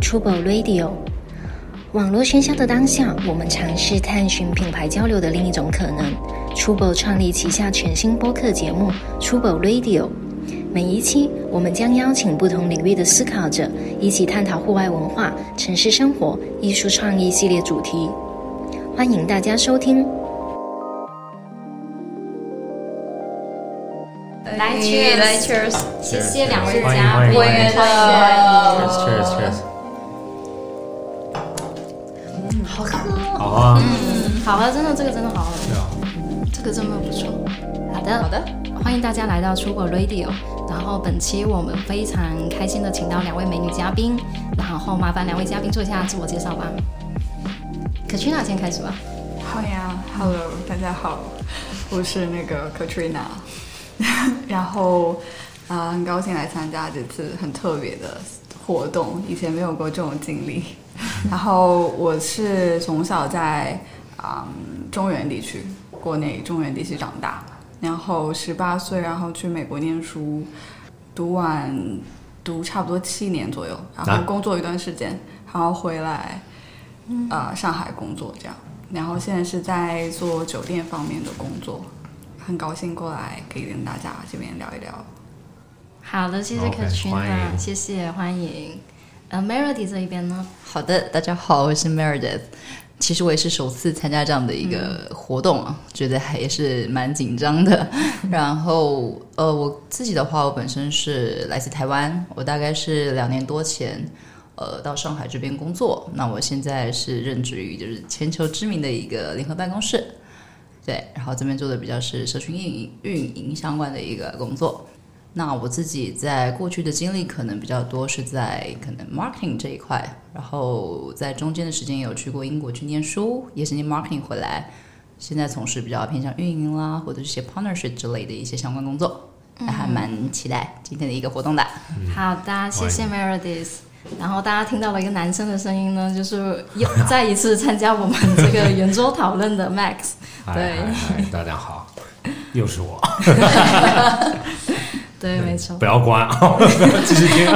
Tubo Radio。网络喧嚣的当下，我们尝试探寻品牌交流的另一种可能。Tubo 创立旗下全新播客节目 Tubo Radio，每一期我们将邀请不同领域的思考者，一起探讨户外文化、城市生活、艺术创意系列主题。欢迎大家收听。来 cheers 来 cheers，谢谢两位欢迎嘉欢迎宾，欢迎乐 Cheers, cheers, cheers！好喝哦，好啊，好喝，真的这个真的好喝，对啊，这个真的不错。好的好的，欢迎大家来到出国 Radio。然后本期我们非常开心的请到两位美女嘉宾，然后麻烦两位嘉宾做一下自我介绍吧。可去哪先开始吧？好呀，Hello，大家好，我是那个 Katrina，然后啊、很高兴来参加这次很特别的活动，以前没有过这种经历。 然后我是从小在啊、嗯中原地区，国内中原地区长大，然后十八岁，然后去美国念书，读完读差不多七年左右，然啊后工作一段时间，然后回来。呃上海工作这样，然后现在是在做酒店方面的工作，很高兴过来可以跟大家这边聊一聊。好的，谢谢 OK，可去欢哪，迎谢谢欢迎。呃，Melody 这一边呢？好的，大家好，我是 Meredith。其实我也是首次参加这样的一个活动啊，觉得还是蛮紧张的。呃然后，呃，我自己的话，我本身是来自台湾，我大概是两年多前，呃，到上海这边工作。那我现在是任职于就是全球知名的一个联合办公室，对，然后这边做的比较是社群运营运营相关的一个工作。那我自己在过去的经历可能比较多是在可能 marketing 这一块，然后在中间的时间有去过英国去念书，也是念 marketing 回来，现在从事比较偏向运营啦，或者是一些 partnership 之类的一些相关工作，那还蛮期待今天的一个活动的。嗯好的，谢谢 Meredith。然后大家听到了一个男生的声音呢，就是又再一次参加我们这个圆桌讨论的 Max。嗨对嗨嗨，哎大家好，又是我，对，没错。不要关啊， 继续听。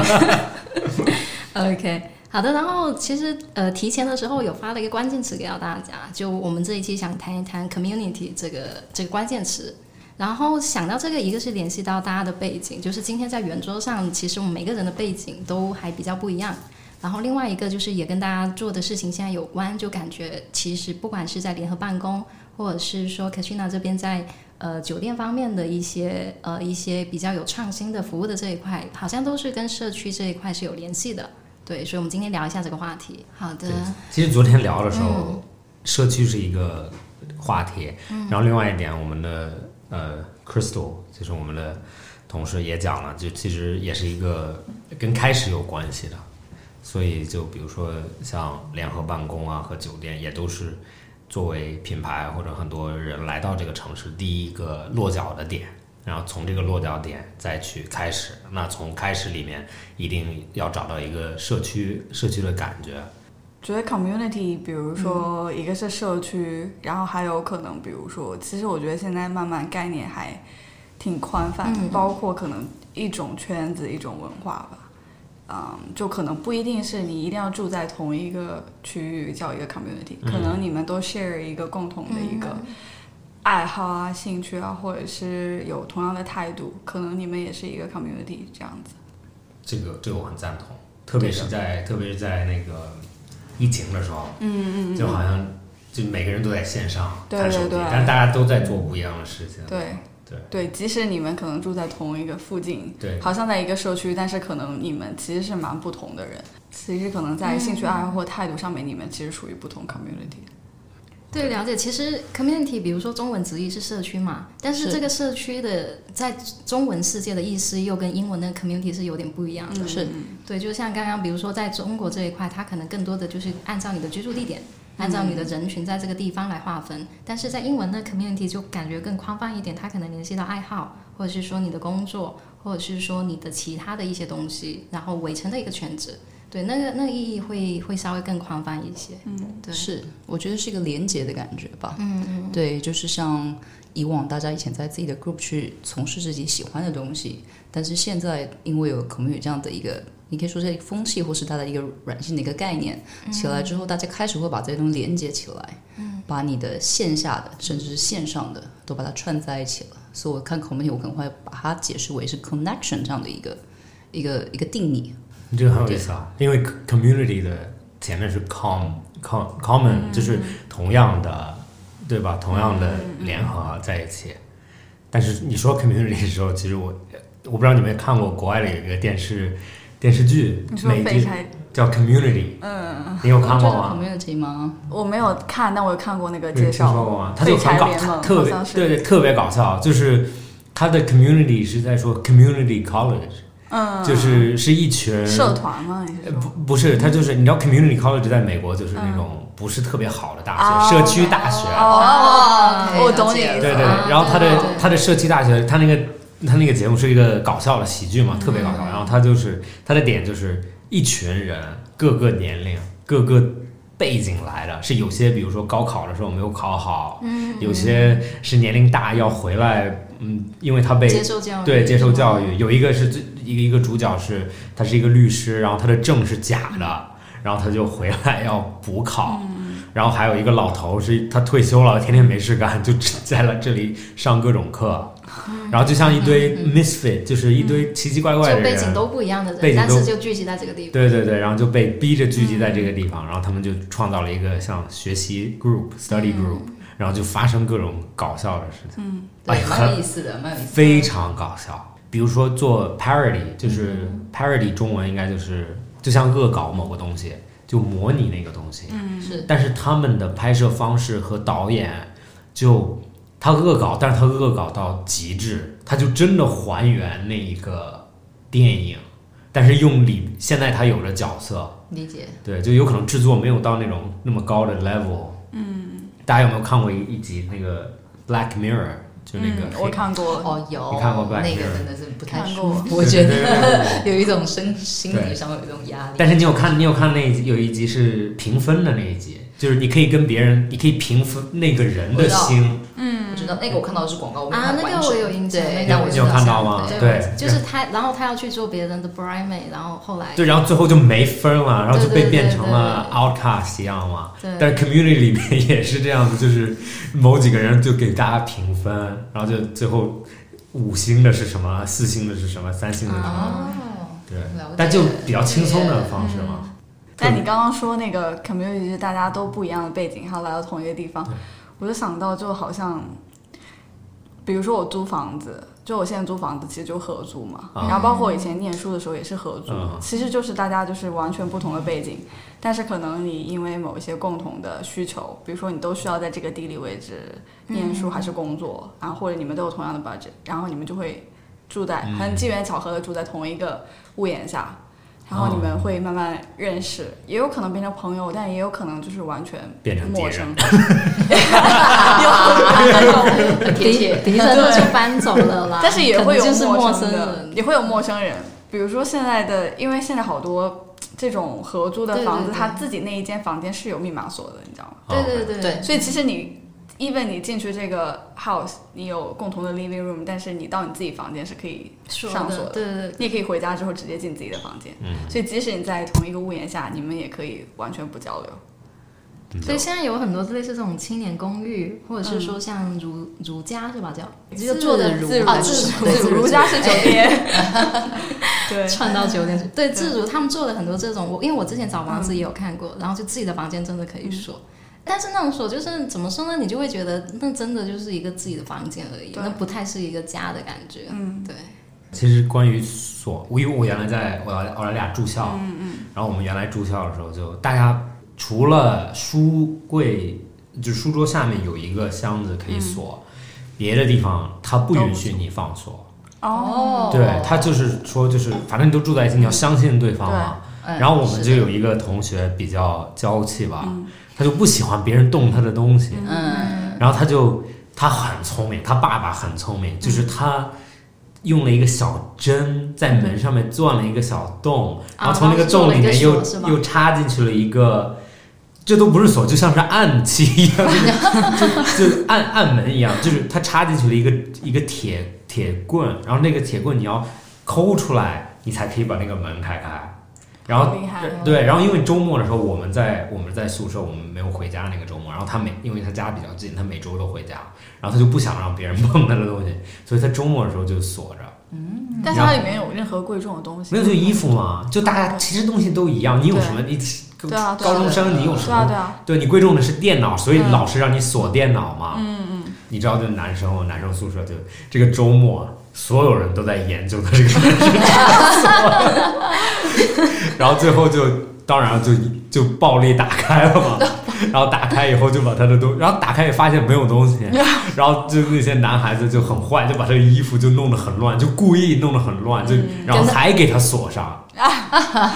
OK，好的。然后其实呃，提前的时候有发了一个关键词给到大家，就我们这一期想谈一谈 community 这个这个关键词。然后想到这个，一个是联系到大家的背景，就是今天在圆桌上，其实我们每个人的背景都还比较不一样。然后另外一个就是也跟大家做的事情现在有关，就感觉其实不管是在联合办公，或者是说 Katrina 这边在呃酒店方面的一些呃一些比较有创新的服务的这一块，好像都是跟社区这一块是有联系的。对，所以我们今天聊一下这个话题。好的嗯对，其实昨天聊的时候，社区是一个话题，然后另外一点，我们的呃，Crystal 就是我们的同事也讲了，就其实也是一个跟开始有关系的，所以就比如说像联合办公啊和酒店也都是作为品牌或者很多人来到这个城市第一个落脚的点。然后从这个落脚点再去开始，那从开始里面一定要找到一个社区社区的感觉，觉得 community，比如说一个是社区，然后还有可能，比如说，其实我觉得现在慢慢概念还挺宽泛的，包括可能一种圈子、一种文化吧。嗯，就可能不一定是你一定要住在同一个区域叫一个 community，、可能你们都 share 一个共同的一个爱好啊、兴趣啊，或者是有同样的态度，可能你们也是一个 community 这样子。这个这个我很赞同，特别是在特别是在那个疫情的时候，嗯嗯，就好像就每个人都在线上对看手机对对，但大家都在做不一样的事情，对对对，即使你们可能住在同一个附近，对好像在一个社区，但是可能你们其实是蛮不同的人。其实可能在兴趣爱好或态度上面，你们其实属于不同 community。对，了解。其实 community，比如说中文直译是社区嘛，但是是这个社区的在中文世界的意思又跟英文的 community 是有点不一样嗯的。是对，就像刚刚，比如说在中国这一块，它可能更多的就是按照你的居住地点，按照你的人群在这个地方来划分。但是在英文的 community 就感觉更宽泛一点，它可能联系到爱好，或者是说你的工作，或者是说你的其他的一些东西，然后围成的一个圈子。对，那个那个意义会会稍微更宽泛一些。嗯，对，是，我觉得是一个连接的感觉吧。嗯嗯，对，就是像以往大家以前在自己的 group 去从事自己喜欢的东西，但是现在因为有 community 这样的一个你可以说是一个风气，或是它的一个软性的一个概念起来之后，大家开始会把这些东西连接起来，把你的线下的甚至是线上的都把它串在一起了。所以我看 community，我可能会把它解释为是 connection 这样的一个一个一个定义。你这个很有意思啊，因为 community 的前面是 com com 嗯 common，、就是同样的，对吧？同样的嗯联合啊在一起。但是你说 community 的时候，其实我我不知道你们看过国外的有一个电视电视剧你，说美备剧胎，叫 community，嗯，你有看这过是吗？ community 吗？我没有看，但我有看过那个你介听绍。说过吗？啊他就废柴很搞，联盟特好别像是对对，特别搞笑，就是他的 community 是在说 community college，嗯，就是是一群社团吗？你是呃说不不是，它就是你知道，community college 在美国就是那种不是特别好的大学，嗯哦社区大学。啊哦，OK，我懂你了解意呃对对思对，啊然后它对的对对它的社区大学，它那个它那个节目是一个搞笑的喜剧嘛，嗯特别搞笑。然后它就是它的点就是一群人，各个年龄、各个背景来的，是有些比如说高考的时候没有考好，嗯有些是年龄大要回来，嗯，因为他被接受教育，对，接受教育。有一个是最一个一个主角是他是一个律师，然后他的证是假的，然后他就回来要补考。然后还有一个老头是他退休了，天天没事干，就只在了这里上各种课。然后就像一堆 misfit，就是一堆奇奇怪怪的就人背，景都不一样的背人，景但都是就聚集在这个地方。对对对，然后就被逼着聚集在这个地方，然后他们就创造了一个像学习 group、study group，然后就发生各种搞笑的事情，哎对，呀蛮有意思的，蛮有意思的。非常搞笑。比如说做 parody，就是 parody 中文应该就是就像恶搞某个东西，就模拟那个东西。是但是他们的拍摄方式和导演就他恶搞，但是他恶搞到极致，他就真的还原那一个电影，但是用里现在他有了角色，理解。对，就有可能制作没有到那种那么高的 level。嗯，大家有没有看过一一集那个 Black Mirror？就那个嗯黑、我看过，哦，有你看过那 Black 个 Mirror？真的是不太看舒过服，我觉对 对对得有一种身心理对上有一种压力。但是你有看，你有看那一集有一集是评分的那一集，就是你可以跟别人，你可以评分那个人的心，我知道那个我看到的是广告，我没有啊，看那完个整我有印象，对哎那你有个我你有知道看到吗？对，对，就是他，然后他要去做别人的 bridesmaid，然后后来对，然后最后就没分了，然后就对对被对变成了对 outcast 一样嘛。对但是 community 里面也是这样子，就是某几个人就给大家评分，然后就最后五星的是什么，四星的是什么，三星的是什啊么，哦，对了解，但就比较轻松的方式嘛。但你刚刚说那个 community 是大家都不一样的背景，然后来到同一个地方，我就想到就好像，比如说我租房子，就我现在租房子其实就合租嘛，啊然后包括我以前念书的时候也是合租，嗯其实就是大家就是完全不同的背景，但是可能你因为某一些共同的需求，比如说你都需要在这个地理位置念书还是工作，然后或者你们都有同样的 budget，然后你们就会住在嗯很机缘巧合的住在同一个屋檐下，然后你啊们会慢慢认识，也有可能变成朋友，但也有可能就是完全变成敌陌人 生。有，很贴切。敌人就搬走了 啦，但是也会有啊可能就是陌生生的，人，也会有陌生人。比如说现在的，因为现在好多这种合租的对对房子，对他自己那一间房间是有密码锁的，你知道吗？哦对对对对所以其实你，even 你进去这个 house，你有共同的 living room，但是你到你自己房间是可以说上锁的，对对对你也可以回家之后直接进自己的房间。嗯所以即使你在同一个屋檐下，你们也可以完全不交流。嗯所以现在有很多类似这种青年公寓，或者是说像儒儒家是吧？叫就做的自如啊，自嗯自如对自自儒如家是酒店，对，串到九点去。对，自如他们做了很多这种，我因为我之前找房子也有看过，然后就自己的房间真的可以锁。但是那种锁就是怎么说呢？你就会觉得那真的就是一个自己的房间而已，对那不太是一个家的感觉。嗯，对，其实关于所，因为我原来在我澳大利亚住校，嗯嗯，然后我们原来住校的时候就，大家除了书柜，就是书桌下面有一个箱子可以锁，别的地方它不允许你放锁。哦，对，他就是说，就是反正你都住在一起，你要相信对方嘛。嗯然后我们是就的有一个同学比较娇气吧，嗯他就不喜欢别人动他的东西，嗯，然后他就他很聪明，他爸爸很聪嗯明，就是他用了一个小针在门上面钻了一个小洞，啊然后从那个洞里面然又后是做了一个锁是吗又插进去了一个。这都不是锁，就像是暗器一 样，就就暗暗门一样，就是他插进去了一个一个铁铁棍，然后那个铁棍你要抠出来，你才可以把那个门开开。然后厉害哦对，然后因为周末的时候我们在我们在宿舍，我们没有回家那个周末。然后他每因为他家比较近，他每周都回家，然后他就不想让别人碰他的东西，所以他周末的时候就锁着。但是它里面有任何贵重的东西没有就衣服嘛，就大家其实东西都一样，你有对什么你起对啊对啊高中生你有什对啊对么？啊，对你贵重的是电脑，所以嗯老师让你锁电脑嘛。嗯嗯。你知道，就是男生哦，男生宿舍就这个周末，所有人都在研究他这个男生怎么 锁，然后最后就当然就就暴力打开了嘛。然后打开以后就把他的东，然后打开也发现没有东西，然后就那些男孩子就很坏，就把这个衣服就弄得很乱，就故意弄得很乱，就然后真的还给他锁上。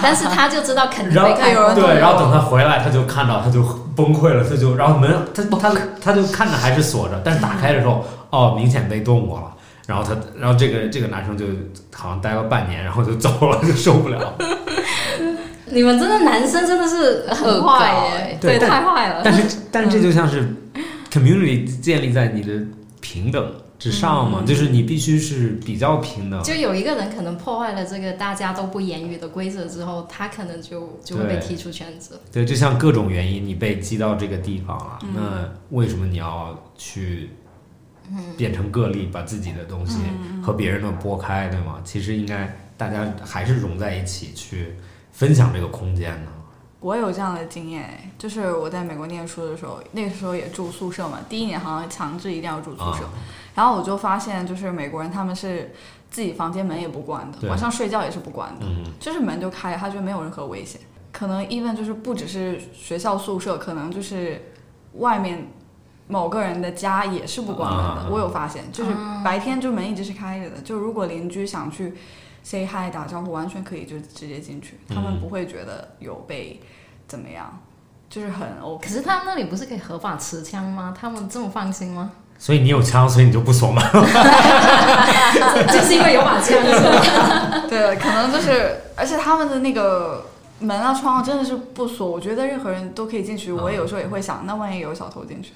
但是他就知道肯定然后会看有人过，对，然后等他回来，他就看到，他就崩溃了，他就然后门他他他就看着还是锁着，但是打开的时候，哦，明显被动过了。然后他，然后这个这个男生就好像待了半年，然后就走了，就受不了。你们真的男生真的是很坏耶，对但太坏了。但是，但是这就像是 community 建立在你的平等之上嘛，就是你必须是比较平等。就有一个人可能破坏了这个大家都不言语的规则之后，他可能就就会被对踢出圈子。对，就像各种原因你被寄到这个地方了，嗯那为什么你要去嗯变成个例，把自己的东西和别人的拨开，对吗？其实应该大家还是融在一起去分享这个空间的。我有这样的经验，哎就是我在美国念书的时候，那个时候也住宿舍嘛，第一年好像强制一定要住宿舍，啊然后我就发现，就是美国人他们是自己房间门也不关的，对晚上睡觉也是不关的，嗯，就是门就开，他觉得没有任何危险。可能 even 就是不只是学校宿舍，可能就是外面某个人的家也是不关门啊的。我有发现，就是白天就门一直是开着的，就如果邻居想去 say hi 打招呼，完全可以就直接进去，他们嗯不会觉得有被怎么样，就是很 OK 可。是他们那里不是可以合法持枪吗？他们这么放心 吗？所以你有枪，所以你就不锁门。 就是因为有把枪，是吧？ 对，可能就是，而且他们的那个门啊窗啊真的是不锁，我觉得任何人都可以进去。我也有时候也会想，那万一有小偷进去。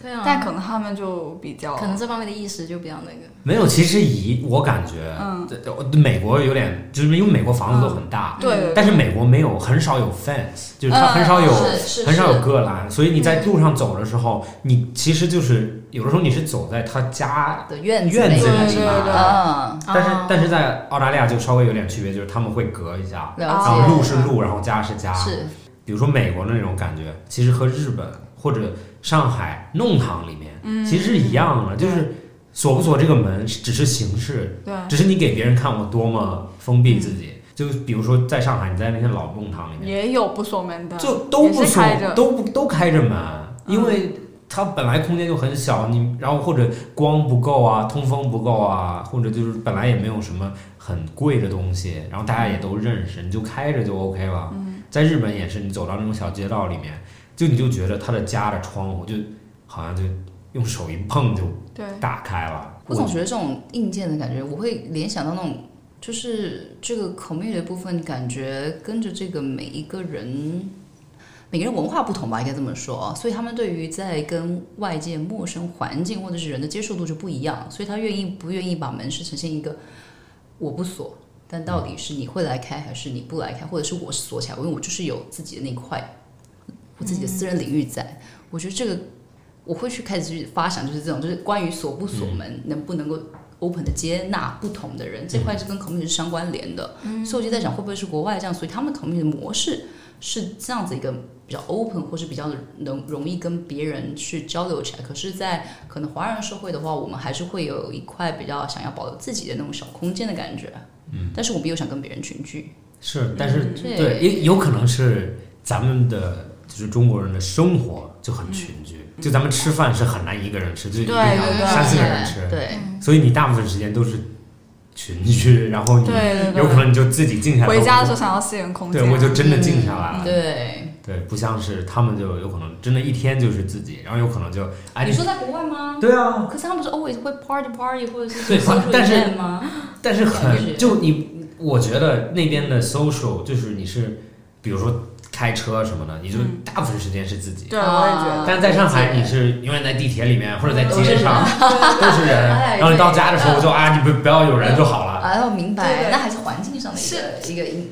对啊，但可能他们就比较可能这方面的意识就比较那个。没有，其实以我感觉，嗯对对美国有点，就是因为美国房子都很大，对，但是美国没有很少有 fence，就是它很少有、嗯是是嗯很少有个栏，所以你在路上走的时候，你其实就是有的时候你是走在他家，的院子院里子面里对对对啊，但是、哦但是在澳大利亚就稍微有点区别，就是他们会隔一下，了然哦后解路是路，然后家是家。是比如说美国那种感觉，其实和日本或者上海弄堂里面、嗯其实是一样的，就是锁不锁这个门只是形式，对，只是你给别人看我多么封闭自嗯己。就比如说在上海，你在那些老弄堂里面，也有不锁门的，就都不嗯也是锁开着，嗯都不都开着门，因为它本来空间就很小，你然后或者光不够啊，通风不够啊，或者就是本来也没有什么很贵的东西，然后大家也都认识，你就开着就 OK 了。嗯在日本也是，你走到那种小街道里面，就你就觉得他的家的窗户就好像就用手一碰就对，打开了。我总觉得这种硬件的感觉，我会联想到那种，就是这个 community 的部分，感觉跟着这个每一个人，每个人文化不同吧，应该这么说，啊所以他们对于在跟外界陌生环境或者是人的接受度就不一样，所以他愿意不愿意把门是呈现一个我不锁。但到底是你会来开还是你不来开，或者是我是锁起来，因为我就是有自己的那块，我自己的私人领域在。我觉得这个我会去开始去发想，就是这种，就是关于锁不锁门，能不能够 open 的接纳不同的人，这块是跟 community 是相关联的。所以我就在想，会不会是国外这样，所以他们 community 的模式是这样子一个比较 open，或是比较能容易跟别人去交流起来。可是，在可能华人社会的话，我们还是会有一块比较想要保留自己的那种小空间的感觉。嗯，但是我们又想跟别人群聚，是，但是、对对，也有可能是咱们的就是中国人的生活就很群居，就咱们吃饭是很难一个人吃，就一定对对要对三四个人吃，对，所以你大部分时间都是群居， 然后你对对对有可能你就自己静下来，回家的时我候想要私人空就间，对我就真的静下来了，嗯对。对，不像是他们就有可能真的一天就是自己，然后有可能就哎你你说在国外吗？对啊，可是他们不是 always 会 party party 或者是对 social 但是 event 吗？但是感觉很就你，我觉得那边的 social 就是你是，比如说开车什么的，你就大部分时间是自己。对，我也觉啊得，但在上海，你是永远在地铁里面或者在街 上都是人，哎嗯然后你到家的时候就啊，你不不要有人就好了。啊，我明白，对对那还是环境上的一个一个因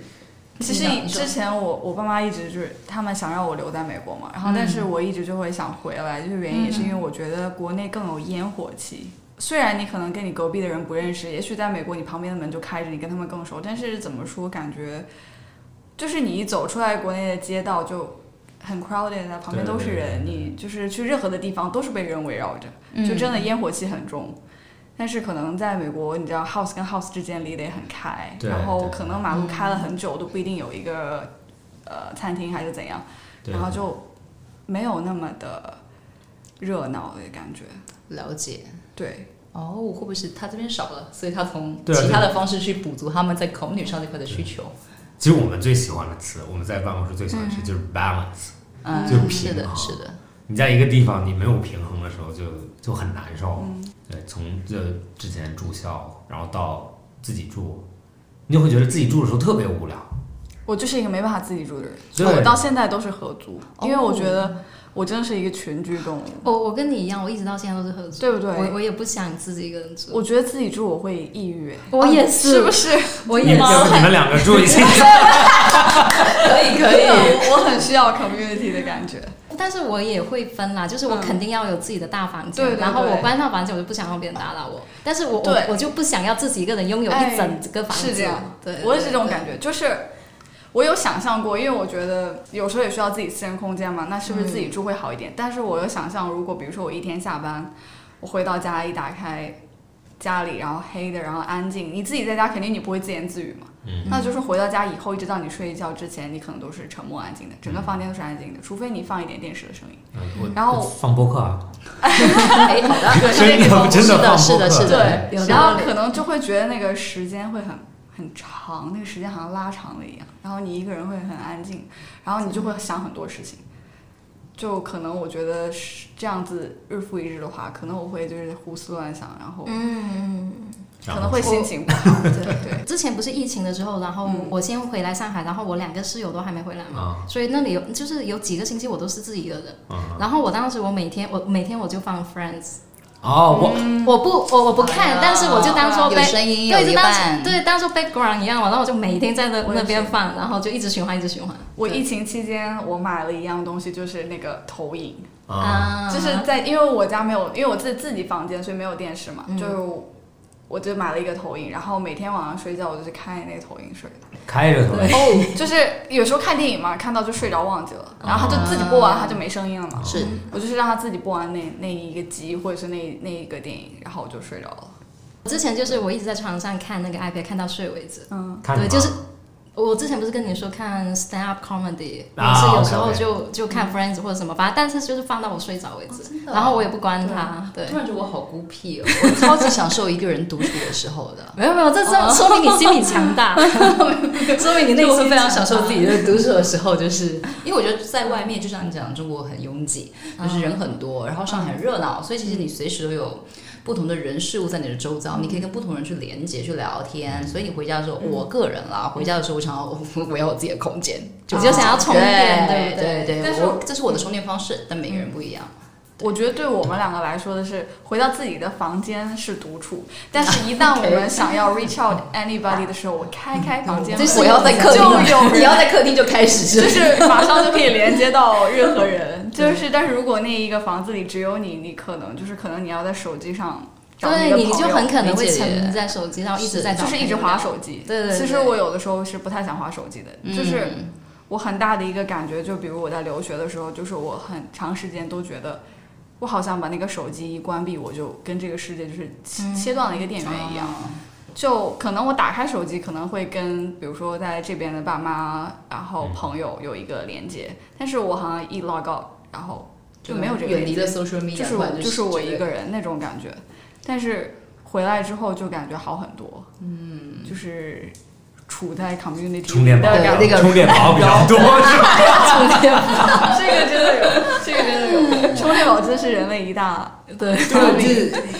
其实你说之前我我爸妈一直就是他们想让我留在美国嘛，然后但是嗯我一直就会想回来，就是原因也是因为我觉得国内更有烟火气。虽然你可能跟你隔壁的人不认识，也许在美国你旁边的门就开着，你跟他们更熟，但是怎么说，感觉就是你一走出来国内的街道就很 crowded 啊，旁边都是对对人，对你就是去任何的地方都是被人围绕着，嗯就真的烟火气很重。但是可能在美国，你知道 house 跟 house 之间离得也很开，对然后对可能马路开了很久都不一定有一个呃餐厅还是怎样，对然后就没有那么的热闹的感觉。了解。对，哦，会不会是他这边少了，所以他从对啊其他的方式去补足他们在 community 上这块的需求？其实我们最喜欢的词，我们在办公室最喜欢的词就是 balance。嗯，就是是平的，衡是的，你在一个地方你没有平衡的时候就，就很难受。嗯对，从这之前住校，然后到自己住，你就会觉得自己住的时候特别无聊。我就是一个没办法自己住的人，对我到现在都是合租，哦因为我觉得我真的是一个群居动物，我我跟你一样，我一直到现在都是合租，对不对？我我也不想自己一个人住。我觉得自己住我会抑郁，啊我也是，不是？我你也们是，你们两个住一 起， 可以可以。 我我很需要 community 的感觉。但是我也会分啦，就是我嗯肯定要有自己的大房间，对对对然后我关上房间，我就不想让别人打扰我，但是我我对我就不想要自己一个人拥有哎一整个房子，是这样，对，我也是这种对感觉，就是我有想象过，因为我觉得有时候也需要自己私人空间嘛，那是不是自己住会好一点？但是我又想象，如果比如说我一天下班，我回到家一打开家里，然后黑的，然后安静，你自己在家肯定你不会自言自语嘛，嗯那就是回到家以后，一直到你睡觉之前，你可能都是沉默安静的，整个房间都是安静的，除非你放一点电视的声音。嗯 我然后放播客啊， 哎，好的， 真是的真放播客，是的，是的，是的对有，然道后理。可能就会觉得那个时间会很很长，那个时间好像拉长了一样，然后你一个人会很安静，然后你就会想很多事情。就可能我觉得是这样子日复一日的话，可能我会就是胡思乱想，然后嗯。然可后能会心情不好。对 对，之前不是疫情的时候，然后嗯我先回来上海，然后我两个室友都还没回来嘛，啊所以那里有就是有几个星期我都是自己一个人。啊嗯然后我当时我每天我每天我就放 Friends，、哦，我我不我我不看，但是我就当说嗯哎有 back- 声音有对，就一当半，对当做 background 一样嘛，然后我就每天在那我也是那边放，然后就一直循环一直循环。我对疫情期间我买了一样东西，就是那个投影，嗯啊，啊，就是在因为我家没有，因为我自自己房间，所以没有电视嘛，就我就买了一个投影，然后每天晚上睡觉我就是开那个投影睡。开着头，哦，就是有时候看电影嘛，看到就睡着忘记哦了，然后他就自己播完，他就没声音了嘛。是我就是让他自己播完那那一个集或者是那那一个电影，然后我就睡着了。之前就是我一直在床上看那个 iPad 看到睡为止。嗯，看着对吗就是我之前不是跟你说看 stand up comedy，我、啊是有时候 OK，OK 就就看 Friends 或者什么，反正但是就是放到我睡着为止，真的哦啊然后我也不关它。对，突然觉得我好孤僻哦， 我超级享受一个人独处的时候的。没有没有，这说说明你心理强大，说明你内就我心会非常享受强大自己的独处的时候，就是因为我觉得在外面，就像你讲，中国很拥挤，就是人很多，然后上海很热闹，所以其实你随时都有不同的人事物在你的周遭，你可以跟不同人去连接、去聊天。所以你回家的时候，我个人啦，回家的时候我想要我要我自己的空间，你就想要充电，对对不对？对但是对，我这是我的充电方式，但每个人不一样。我觉得对我们两个来说的是，回到自己的房间是独处，但是一旦 OK 我们想 要 reach out anybody 的时候，我开开房嗯间门，就是我要在客厅就有，人 你要在客厅就开始。就是是马上就可以连接到任何人。就是，嗯但是如果那一个房子里只有你，你可能就是可能你要在手机上找你对，的你朋就友很可能会理解沉迷在手机上，一直在找就是一直朋友划手机。对对对嗯其实我有的时候是不太想划手机的，就是我很大的一个感觉，就比如我在留学的时候，就是我很长时间都觉得。我好像把那个手机一关闭，我就跟这个世界就是切嗯切断了一个电源一样。哦就可能我打开手机，可能会跟比如说在这边的爸妈，然后朋友有一个连接，但是我好像一 log out，然后就没有这个远连离接。了 social media，就是不我然就是我一人。个人那种感觉，但是回来之后就感觉好很多，嗯，就是处在 community 充电里宝的感对那觉，个充电宝比较多，是吧？这个真的有，这个真的 有，充电宝真是人类一大对，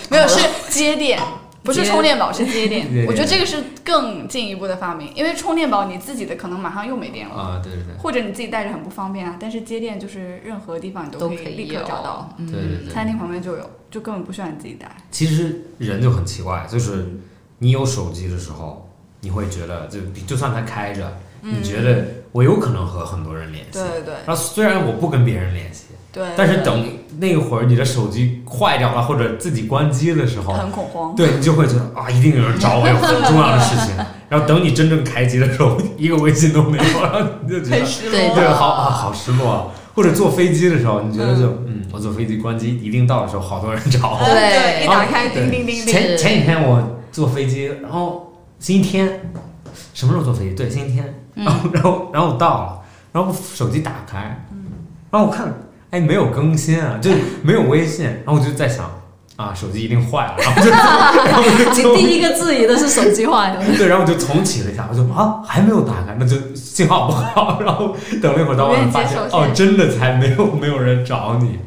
没有是接电。 不是接充电宝，是 接电接。电我觉得这个是更进一步的发明，因为充电宝你自己的可能马上又没电了，啊，对对对或者你自己带着很不方便啊。但是接电就是任何地方你都都可可以嗯以立刻找到，有对对对。餐厅旁边就有，就根本不需要你自己带。其实人就很奇怪，就是你有手机的时候，你会觉得就就算它开着，你觉得我有可能和很多人联系，对对然后虽然我不跟别人联系，对，但是等那会儿你的手机坏掉了或者自己关机的时候，很恐 慌，对你就会觉得啊，一定有人找我，有很重要的事情。然后等你真正开机的时候，一个微信都没有，然后你 就觉很得失对落。对，好啊，好失落啊。或者坐飞机的时候，你觉得就嗯，我坐飞机关机一定到的时候，好多人找嗯 我。对一哦打开叮叮叮叮，前前几天我坐飞机，然后星期天，什么时候坐飞机？对，星期天。然后然后然后我到了，然后我手机打开，然后我看，哎，没有更新啊，就没有微信。然后我就在想啊，手机一定坏了。然后就然后我就第一个质疑的是手机坏了。 对，然后我就重启了一下，我就啊还没有打开，那就信号不好。 然后等了一会儿到外面发现，不愿意接受哦现，真的才没有没有人找你。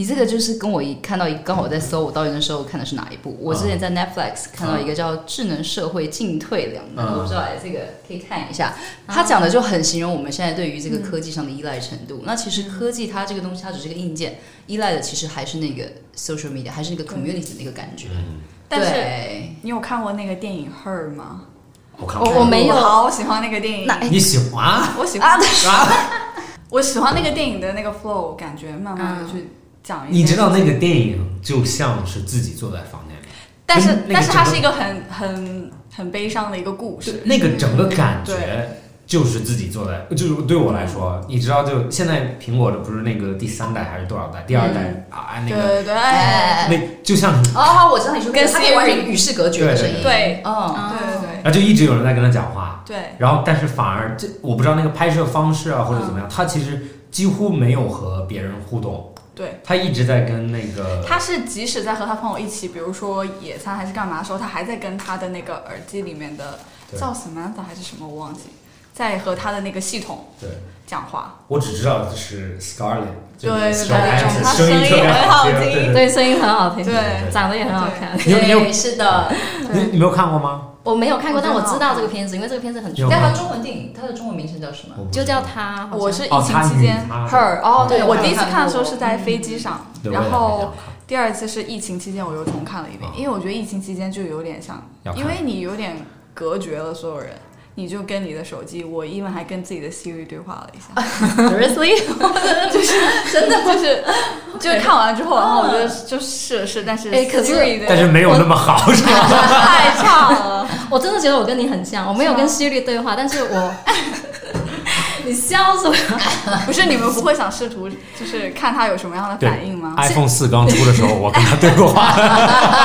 你这个就是跟我一看到一刚好我在搜我到底那时候看的是哪一部，我之前在 Netflix 看到一个叫《智能社会进退两难》，嗯我不知道哎，这个可以看一下。它讲的就很形容我们现在对于这个科技上的依赖程度。那其实科技它这个东西，它只是个硬件，依赖的其实还是那个 social media，还是那个 community 的那个感觉。但是对你有看过那个电影《Her》吗？我靠，我我没有我好喜欢那个电影，那你喜欢啊？我喜欢啊，我喜欢那个电影的那个 flow，感觉慢慢的去讲一些。你知道那个电影就像是自己坐在房间里，但是那个但是它整个是一个很很很悲伤的一个故事。那个整个感觉对就是自己坐在，就是对我来说，你知道，就现在苹果的不是那个第三代还是多少代？第二代啊，那对个对嗯对哎，那就像是，哦，我知道你说跟它可以完全与世隔绝的声音，对对哎嗯，哦对对然后就一直有人在跟他讲话，对然后但是反而这我不知道那个拍摄方式啊或者怎嗯么样，他其实几乎没有和别人互动，对，他一直在跟那个他是即使在和他朋友一起，比如说野餐还是干嘛的时候，他还在跟他的那个耳机里面的对叫什么的还是什么我忘记，在和他的那个系统对，讲话。我只知道是 Scarlett，就对是对对 Scarlett，他声声音特别很好好对听对。对，声音很好听，对长得也很好看。你有你有对，是的。你你没有看过吗？我没有看过，但我知道这个片子，因为这个片子很出名，但它中文电影，它的中文名称叫什么我不知就道叫他，好像我是疫哦，情他期女间他？Her 哦，对，我有第一次过看的时候是在飞机上，嗯对我也然没后有看第二次是疫情期间我又重看了一遍啊，因为我觉得疫情期间就有点像要，看因为你有点隔绝了所有人。你就跟你的手机，我因为还跟自己的 Siri 对话了一下， Seriously，真的就是，就是看完之后，然后我就就试了试，但是哎可是 Siri 的但是没有那么好，是吧？太差了，我真的觉得我跟你很像，我没有是吗跟希律对话，但是我， 你笑什么？不是你们不会想试图就是看他有什么样的反应吗？ iPhone 四刚出的时候，我跟他对过话，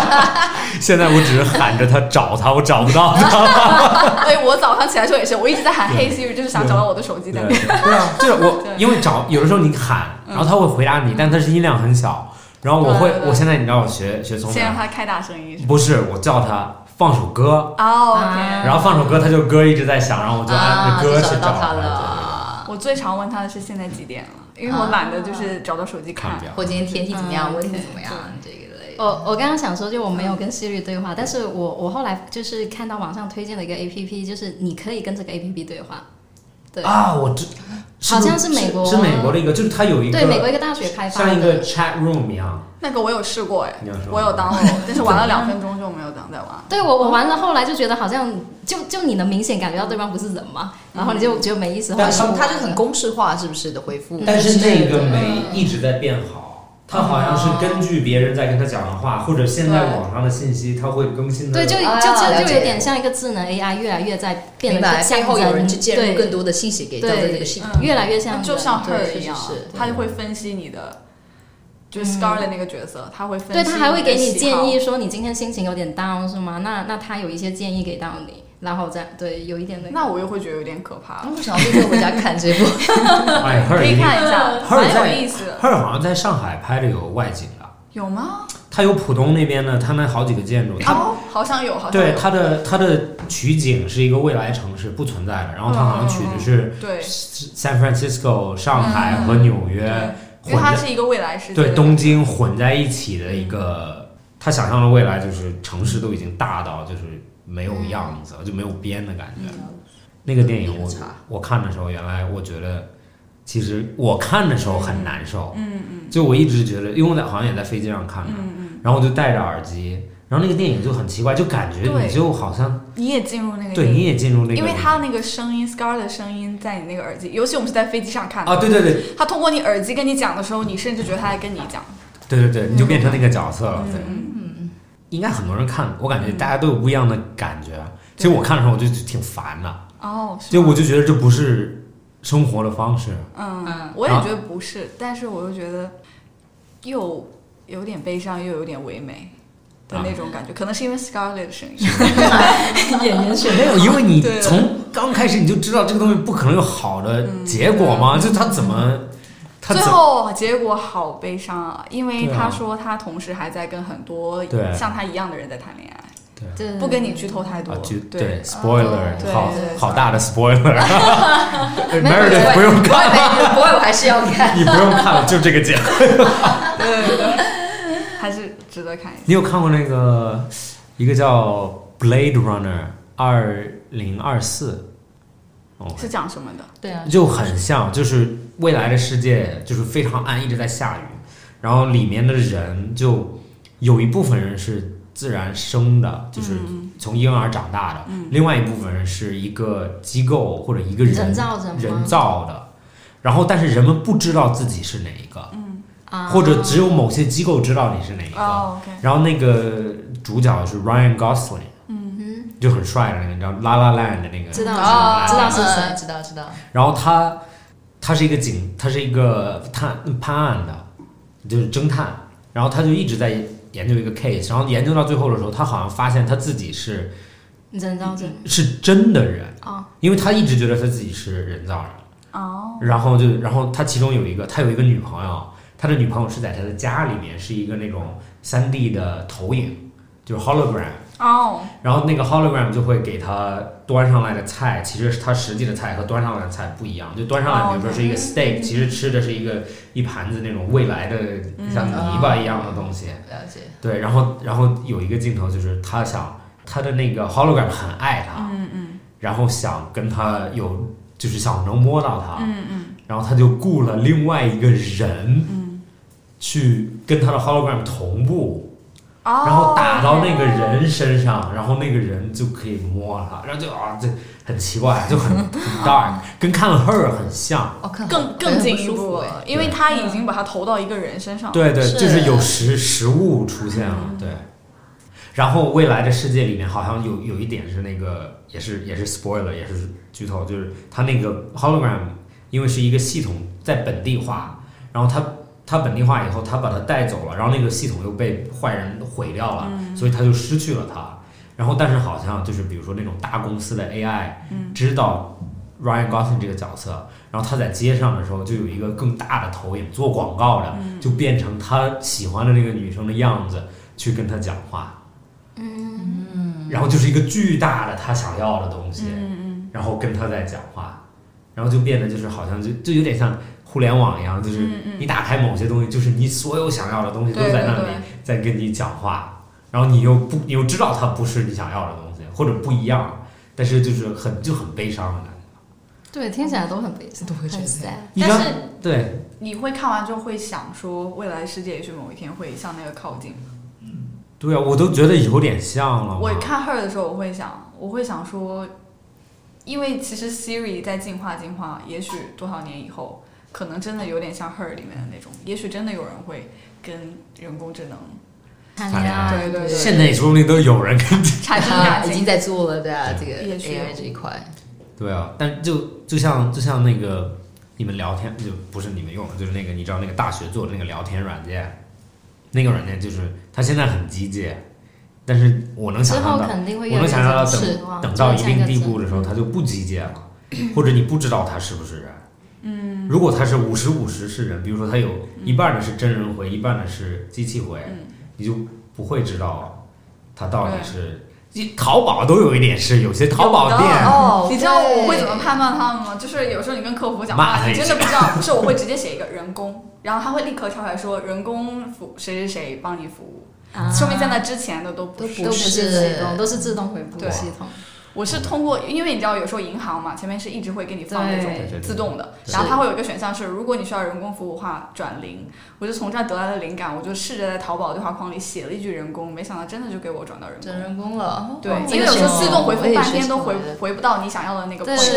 现在我只是喊着他找他，我找不到他。啊哎，我早上起来的时候也是，我一直在喊 Hey Siri，就是想找到我的手机在对哪。对啊，就是我，因为找有的时候你喊，然后他会回答你，但他是音量很小。然后我会对，对我现在你知道我学学聪先明让啊，他开大声音。不是我叫他放首歌，哦、啊 o 然后放首歌，他就歌一直在响，然后我就按啊，着歌去找找到他对了。 k 我最常问他的是现在几点了，因为我懒得啊就是找到手机看看。表。或今天天气怎么样，嗯温度怎么样，这一类。我我刚刚想说，就我没有跟希律对话，但是我我后来就是看到网上推荐了一个 A P P，就是你可以跟这个 A P P 对话，对啊，我知，不好像是美国是美国的一个，就是它有一个对，美国一个大学开发像一的个，chat room 一样，那个我有试过哎你有试，过我有 download，但是玩了两分钟就没有 download 再玩。对我我玩了，后来就觉得好像就就你能明显感觉到对方不是人嘛，然后你就觉得没意思，后来但就是不它玩就很了公式化，是不是的回复？但是那个对美一直在变好，它好像是根据别人在跟他讲的话，或者现在对网上的信息，它会更新的。对，就就啊就了就解有点像一个智能 AI，越来越在变明得白像背后有人去介入更多，多的信息给到对的这个系统。嗯越来越 像就人像对 her 是一样是，他就会分析你的，就是嗯 Scarlett 那个角色，他会分析，对他还会给你建议，说你今天心情有点 down 是吗？那那他有一些建议给到你，然后再对有一点那个。那我又会觉得有点可怕啊，嗯我想要立刻回家看这 部。哎可，her 以一定看一下，嗯 Her 蛮在有意思的， her 好像在上海拍的有外景的，有吗？它有浦东那边的，它那好几个建筑，它哦，好像有，好像对有，它的它的取景是一个未来城市不存在的，然后它好像取的是对， San Francisco、上海和纽约嗯因为混它在是一个未来世界，对东京混在一起的一个，他想象的未来就是城市都已经大到就是没有样子了，就没有边的感觉。那个电影我没有差我看的时候，原来我觉得其实我看的时候很难受，嗯嗯，就我一直觉得，因为我在好像也在飞机上看的，然后我就戴着耳机。然后那个电影就很奇怪，就感觉对你就好像你也进入那个对电你影也进入那个，因为他那个声音 Scar 的声音在你那个耳机，尤其我们是在飞机上看的啊，对对对他通过你耳机跟你讲的时候，你甚至觉得他在跟你讲。对对对，你就变成那个角色了，对。嗯应该很多人看，我感觉大家都有不一样的感觉。啊其实我看的时候我就挺烦的，哦，是就吗我就觉得这不是生活的方式。嗯嗯，我也啊觉得不是，但是我又觉得又有点悲伤，又有点唯美的那种嗯感觉，可能是因为 Scarlett 的声音。演员选没有，因为你对从刚开始你就知道这个东西不可能有好的结果嘛，就他怎么，他最怎后结果好悲伤啊，因为对啊他说他同时还在跟很多对像他一样的人在谈恋爱， 对不跟你剧透太多啊，就。对，哦 spoiler，对好对好大的 spoiler。 没有 Meredith 不用不会，没不会，我还是要看。你不用看了，就这个节目。还是值得看一下。你有看过那个一个叫《Blade Runner》二零二四？哦，是讲什么的？对啊，就很像，就是未来的世界就是非常暗，一直在下雨，然后里面的人就有一部分人是自然生的，嗯就是从婴儿长大的，另外一部分人是一个机构或者一个人人造人吗人造的，然后但是人们不知道自己是哪一个，啊，或者只有某些机构知道你是哪一个。哦，OK，然后那个主角是 Ryan Gosling，嗯就很帅的那个，你知道《La La Land》的那个，知道哦知道是谁嗯知道知道。然后他他是一个警，他是一个探嗯判案的，就是侦探。然后他就一直在研究一个 case，然后研究到最后的时候，他好像发现他自己是人造嗯人是真的人哦，因为他一直觉得他自己是人造人。哦，然后就，然后他其中有一个，他有一个女朋友，他的女朋友是在他的家里面，是一个那种三 D 的投影，就是 hologram。哦，然后那个 hologram 就会给他端上来的菜，其实是他实际的菜和端上来的菜不一样。就端上来，哦比如说是一个 steak，、其实吃的是一个一盘子那种未来的嗯像泥巴一样的东西。了解，对，然后然后有一个镜头就是他想他的那个 hologram 很爱他，嗯嗯然后想跟他有就是想能摸到他，嗯嗯然后他就雇了另外一个人嗯，去跟他的 hologram 同步。哦，然后打到那个人身上，然后那个人就可以摸他，然后就啊，这很奇怪，就很很 dark，跟看了 her 很像。哦，看更更进一步了。了，因为他已经把他投到一个人身上了。对对，是就是有实实物出现了，对。然后未来的世界里面好像有有一点是那个也是也是 spoiler 也是剧透，就是他那个 hologram 因为是一个系统在本地化，然后他他本地化以后，他把它带走了，然后那个系统又被坏人毁掉了，所以他就失去了它。然后但是好像就是比如说那种大公司的 AI 知道 Ryan Gosling 这个角色，然后他在街上的时候，就有一个更大的投影做广告的，嗯就变成他喜欢的那个女生的样子去跟他讲话，嗯，然后就是一个巨大的他想要的东西，嗯嗯然后跟他在讲话，然后就变得就是好像就就有点像互联网一样，就是嗯嗯你打开某些东西，就是你所有想要的东西都对在那对里对在跟你讲话，然后你又不你又知道它不是你想要的东西或者不一样，但是就是很就很悲伤的感觉。对，听起来都很悲伤，都会觉很得 sad。你但刚是对，你会看完之后会想说，未来世界也许某一天会向那个靠近。对啊，我都觉得有点像了嘛。我看 Her 的时候，我会想，我会想说，因为其实 Siri 在进化进化，也许多少年以后，可能真的有点像 Her 里面的那种，也许真的有人会跟人工智能谈谈恋恋爱爱，对对对现在说不定都有人跟。产生他感已经情。在做了，对啊，这对个也许 AI 这一块， 对啊，但就就像就像那个你们聊天，就不是你们用的，就是那个你知道那个大学做的那个聊天软件，那个软件就是它现在很机械，但是我能之想后象到，肯定会我越来能越想象到这种情等况等到一定地步就的时候，它就不机械了，或者你不知道它是不是人。嗯，如果它是五十五十是人，比如说它有一半的是真人回，一半的是机器回，你就不会知道它到底是。淘宝都有一点是，有些淘宝有的店哦你知道我会怎么判断他们吗？就是有时候你跟客服讲骂话，他一你下真的不知道， 不是我会直接写一个人工，然后他会立刻跳出来说人工服谁谁谁帮你服务，啊说明在那之前的都不都是。不都是自动，都是自动回复对系统。我是通过，因为你知道有时候银行嘛，前面是一直会给你放那对对对种自动的，对然后它会有一个选项是，如果你需要人工服务的话，转零。我就从这儿得来的灵感，我就试着在淘宝对话框里写了一句人工，没想到真的就给我转到人整工。人工了，对哦，因为有时候自动回我复也半天是哦都从回来的回不到你想要的那个对款，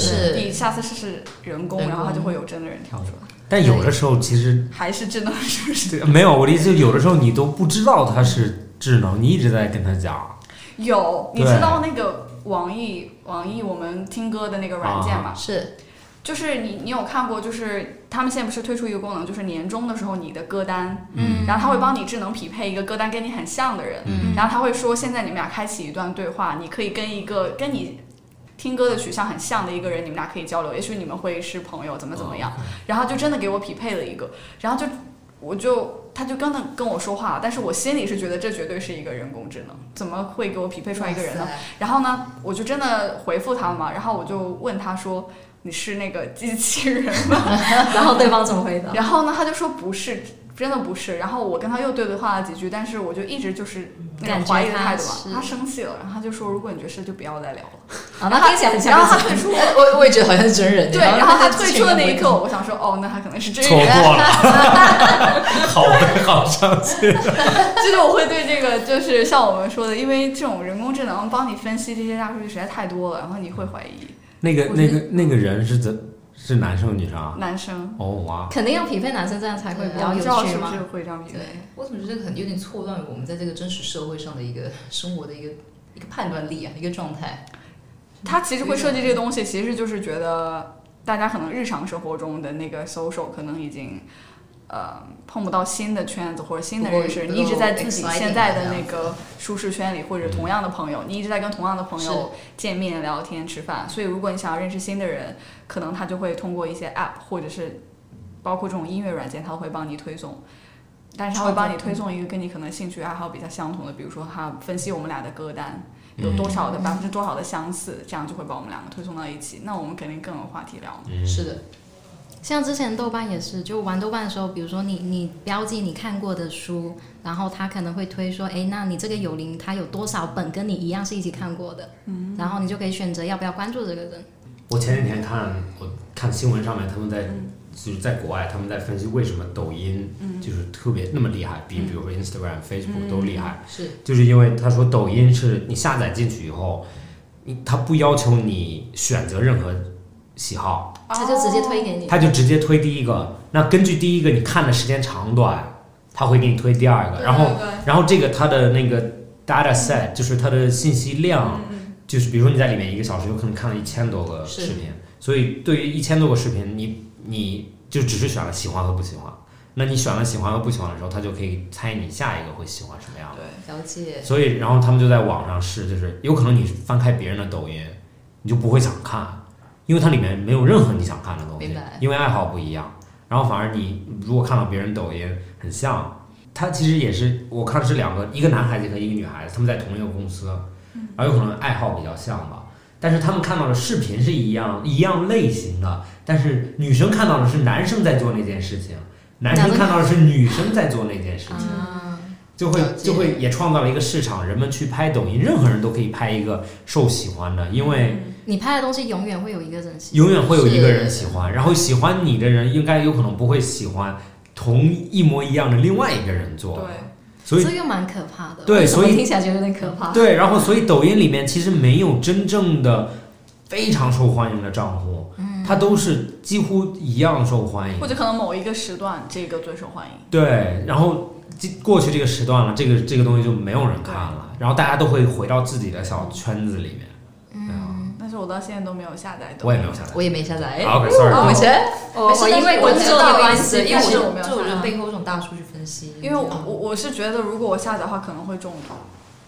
是你是，下次试试人工，人然后它就工会有真的人跳出来，但有的时候其实还是智能是不是？对没有，我的意思有的时候你都不知道它是智能，你一直在跟他讲。有，你对知道那个网易网易我们听歌的那个软件啊嘛？是就是你你有看过，就是他们现在不是推出一个功能，就是年终的时候你的歌单，嗯然后他会帮你智能匹配一个歌单跟你很像的人，嗯然后他会说现在你们俩开启一段对话，你可以跟一个跟你。听歌的取向很像的一个人，你们俩可以交流，也许你们会是朋友，怎么怎么样。然后就真的给我匹配了一个，然后就我就他就跟他跟我说话了，但是我心里是觉得这绝对是一个人工智能，怎么会给我匹配出来一个人呢？？然后呢，我就真的回复他嘛，然后我就问他说：“你是那个机器人吗 然后对方怎么回答？”然后呢，他就说不是，真的不是。然后我跟他又对话了几句，但是我就一直就是那感种觉怀疑的他态度嘛。是他生气了，然后他就说：“如果你觉得是，就不要再聊了。啊，那听起来很然后像他退出，我我也觉得好像是真人，对，然后他那个退出的那一情刻，况我想说：“哦，那他可能是真错人。过了，好悲好伤心。”就是我会对这个，就是像我们说的，因为这种人工智能帮你分析这些大数据实在太多了，然后你会怀疑那个我那觉个得那个人是怎是男生女生啊？男生哦哇，肯定要匹配男生，这样才会比较不有知道趣是不嘛是。会这样匹配对。我怎么觉得很有点错乱于我们在这个真实社会上的一个生活的一个一个判断力啊，一个状态。他其实会设计嗯这个东西，其实就是觉得大家可能日常生活中的那个 social 可能已经呃碰不到新的圈子或者新的认识，不够你一直在自己不够 exciting 现在的那个舒适圈里或者同样的朋友，你一直在跟同样的朋是友见面、聊天、吃饭，所以如果你想要认识新的人，可能他就会通过一些 app 或者是包括这种音乐软件，他会帮你推送。但是他会帮嗯你推送一个跟你可能兴趣爱好比较相同的，比如说他分析我们俩的歌单，有嗯多少的百分之多少的相似，这样就会把我们两个推送到一起。那我们肯定更有话题聊嘛。是的，像之前豆瓣也是，就玩豆瓣的时候，比如说你你标记你看过的书，然后他可能会推说，哎，那你这个有灵，他有多少本跟你一样是一起看过的，嗯，然后你就可以选择要不要关注这个人。我前几天看我看新闻上面他们在。就是在国外，他们在分析为什么抖音就是特别那么厉害，比比如说 Instagram、Facebook 都厉害，是就是因为他说抖音是你下载进去以后，你他不要求你选择任何喜好，哦他就直接推给你。他就直接推第一个。那根据第一个你看的时间长短，他会给你推第二个。然后，然后这个它的那个 data set 就是它的信息嗯量，就是比如说你在里面一个小时有可能看了一千多个是视频，所以对于一千多个视频，你你就只是选了喜欢和不喜欢。那你选了喜欢和不喜欢的时候，他就可以猜你下一个会喜欢什么样的。对，了解，所以，然后他们就在网上试，就是有可能你翻开别人的抖音，你就不会想看，因为它里面没有任何你想看的东西明白，因为爱好不一样。然后反而你如果看到别人抖音很像，他其实也是我看是两个，一个男孩子和一个女孩子，他们在同一个公司，嗯然后有可能爱好比较像吧，但是他们看到的视频是一样一样类型的，但是女生看到的是男生在做那件事情，男男生生看到的是女生在做那件事情。啊，就会了解就会也创造了一个市场，人们去拍抖音，任何人都可以拍一个受喜欢的，因为你拍的东西永远会有一个人喜欢。永远会有一个人是喜欢，然后喜欢你的人应该有可能不会喜欢同一模一样的另外一个人做，对，所以这个蛮可怕的。对为什么所以听起来觉得有点可怕。对，然后所以抖音里面其实没有真正的非常受欢迎的账户，它都是几乎一样受欢迎或，者可能某一个时段这个最受欢迎。对，然后这过去这个时段了，这个这个东西就没有人看了，然后大家都会回到自己的小圈子里面，嗯，但是我到现在都没有下载抖我音，也没有下载。我也没下载。哦 OK，sorry 我以前哦我我因为我工知作道的关意思系，因为我就就没有就我觉下得载背后这种大数据分析，因为我我我是觉得如果我下载的话可能会中毒，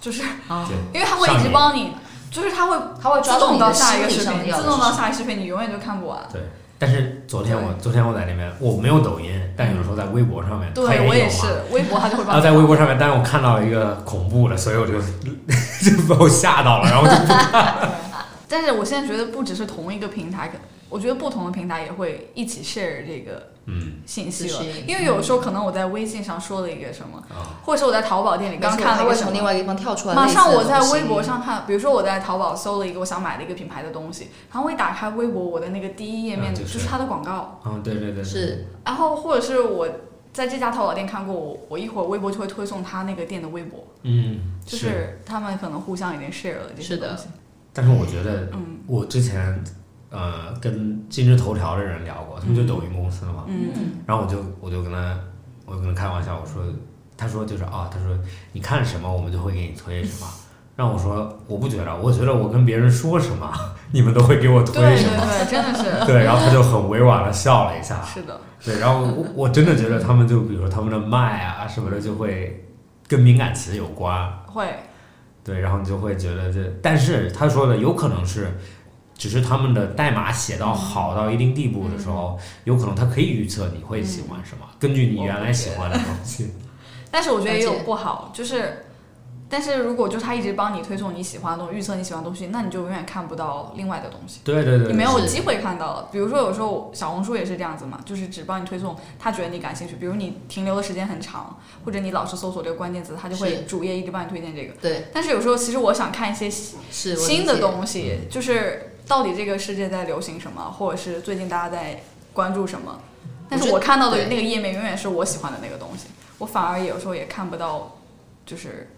就是啊对因为它会一直帮你，就是它会他会抓自住动你的到下一个心理视上的频，要自动到下一个视频，你永远就看不完。对，但是昨天我昨天我在那边，我没有抖音，但有时候在微博上面，它对我也有也嘛是。，微 博它就会然帮后你。啊在微博上面，但是我看到了一个恐怖的，所以我就 就把我吓到了，然后就 但是我现在觉得不只是同一个平台，可我觉得不同的平台也会一起 share 这个嗯信息资了讯，因为有时嗯候可能我在微信上说了一个什么，啊或者是我在淘宝店里刚看了它一个会什从另么。外一个地方跳出来。马上我在微博，上看，比如说我在淘宝搜了一个我想买的一个品牌的东西，然后我一打开微博，我的那个第一页嗯面就就是是它的广告，啊，对对对，对是然后或者是我在这家淘宝店看过，我我一会儿微博就会推送他那个店的微博，嗯。就是是他们可能互相已经 share 了这些是的东西。但是我觉得嗯我之前呃跟今日头条的人聊过，他们就抖音公司嘛，嗯然后我就我就跟他我就跟他开玩笑，我说他说就是啊，他说你看什么我们就会给你推什么。让我说，我不觉得，我觉得我跟别人说什么， 你们都会给我推对对什么。对，真的对，然后他就很委婉的笑了一下 是，。是的，对，然后我我真的觉得他们就比如说他们的脉啊什么的，就会跟敏感词有关。会对，然后你就会觉得这，但是他说的有可能是，只是他们的代码写嗯到好到一定地步的时候，有可能他可以预测你会喜嗯欢什么，根据你原来喜欢的东西。 但是我觉得也而有且不好，就是，但是如果就他一直帮你推送你喜欢的东西，预测你喜欢的东西，那你就永远看不到另外的东西。对对对，你没有是机会看到了，比如说有时候小红书也是这样子嘛，就是只帮你推送他觉得你感兴趣，比如你停留的时间很长，或者你老是搜索这个关键词，他就会是主页一直帮你推荐这个。对，但是有时候其实我想看一些是我理新的解嗯东西，就是到底这个世界在流行什么，或者是最近大家在关注什么。但是我看到的那个页面永远是我喜欢的那个东西，我反而有时候也看不到，就是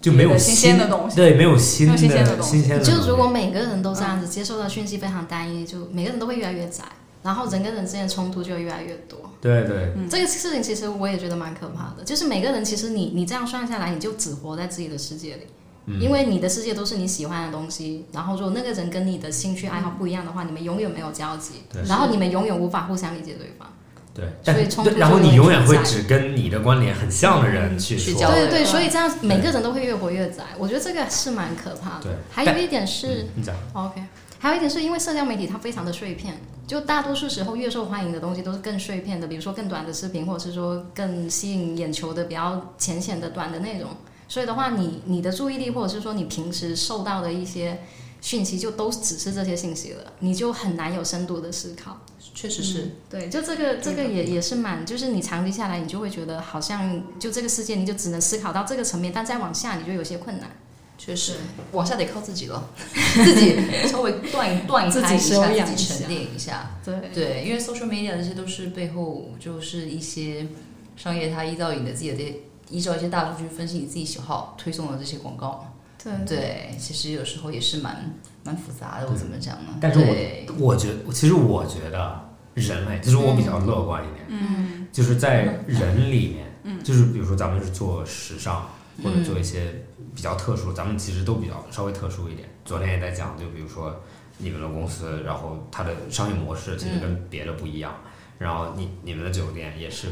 就没别有的新鲜的东西对，没有新没的有新鲜的东西新鲜的东西就如果每个人都这嗯样子接受到讯息非常单一，就每个人都会越来越窄，然后人跟人之间的冲突就会越来越多。对对嗯这个事情其实我也觉得蛮可怕的，就是每个人其实你你这样算下来，你就只活在自己的世界里，嗯因为你的世界都是你喜欢的东西。然后如果那个人跟你的兴趣爱好不一样的话，你们永远没有交集对，然后你们永远无法互相理解对方。对，所以但冲突对然后就会你永远会存在只跟你的观点很像的人去去说，交流对对，对所以这样每个人都会越活越窄，我觉得这个是蛮可怕对的。还有一点是嗯，你讲， OK，还有一点是因为社交媒体它非常的碎片，就大多数时候越受欢迎的东西都是更碎片的，比如说更短的视频，或者是说更吸引眼球的比较浅显的短的内容。所以的话，你你的注意力或者是说你平时受到的一些讯息，就都只是这些信息了，你就很难有深度的思考。确实是。对，就这个这个也也是蛮，就是你长期下来，你就会觉得好像就这个世界，你就只能思考到这个层面，但再往下你就有些困难。确实，往下得靠 自己了，自己稍微断断自己开一收下，养自一己沉下淀一下。对对，因为 social media 这些都是背后就是一些商业，它依照你的自己的这依照一些大数据分析你自己喜好推送的这些广告。对对，其实有时候也是蛮蛮复杂的，我怎么讲呢？但是对我觉得其实我觉得人类，就是我比较乐观一点，嗯就是在人里面，就是比如说咱们是做时尚或者嗯做一些比较特殊，咱们其实都比较稍微特殊一点。昨天也在讲，就比如说你们的公司，然后它的商业模式其实嗯跟别的不一样，然后你你们的酒店也是，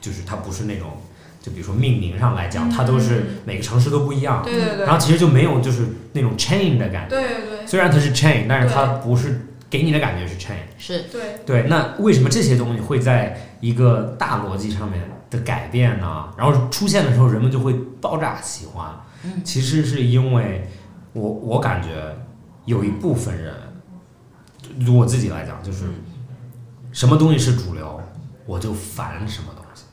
就是它不是那种，就比如说命名上来讲，它都是每个城市都不一样，对对嗯对然后其实就没有就是那种 chain 的感觉，对对虽然它是 chain，但是它不是给你的感觉是 chain。是对对，对，那为什么这些东西会在一个大逻辑上面的改变呢？然后出现的时候，人们就会爆炸喜欢。其实是因为我我感觉有一部分人，就我自己来讲，就是什么东西是主流，我就烦什么东西。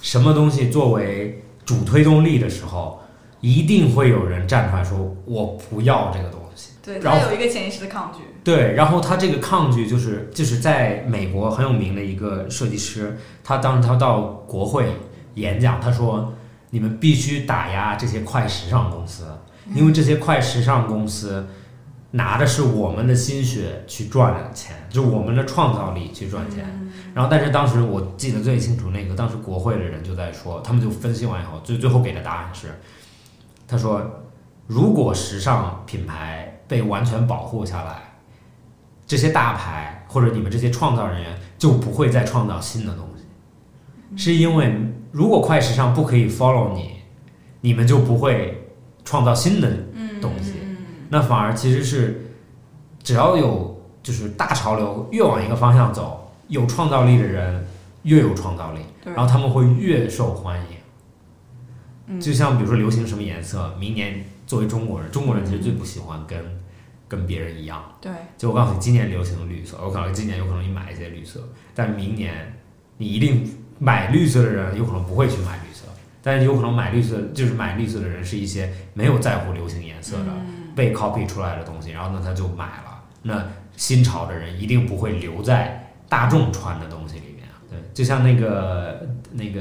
什么东西作为主推动力的时候，一定会有人站出来说：“我不要这个东西。”对然他后有一个潜意识的抗拒，对，然后他这个抗拒就是就是在美国很有名的一个设计师，他当时他到国会演讲，他说：“你们必须打压这些快时尚公司，因为这些快时尚公司拿的是我们的心血去赚的钱，就是我们的创造力去赚钱。”然后，但是当时我记得最清楚，那个当时国会的人就在说，他们就分析完以后，最最后给的答案是，他说：“如果时尚品牌被完全保护下来。”这些大牌或者你们这些创造人员就不会再创造新的东西，是因为如果快时尚不可以 follow 你，你们就不会创造新的东西。那反而其实是只要有就是大潮流越往一个方向走，有创造力的人越有创造力，对然后他们会越受欢迎。就像比如说流行什么颜色，明年作为中国人，中国人其实最不喜欢跟跟别人一样。对，就我告诉你，今年流行绿色，我可能今年有可能你买一些绿色，但明年你一定买绿色的人有可能不会去买绿色，但是有可能买绿色就是买绿色的人是一些没有在乎流行颜色的、嗯被 copy 出来的东西，然后呢他就买了。那新潮的人一定不会留在大众穿的东西里面，啊对，就像那个那个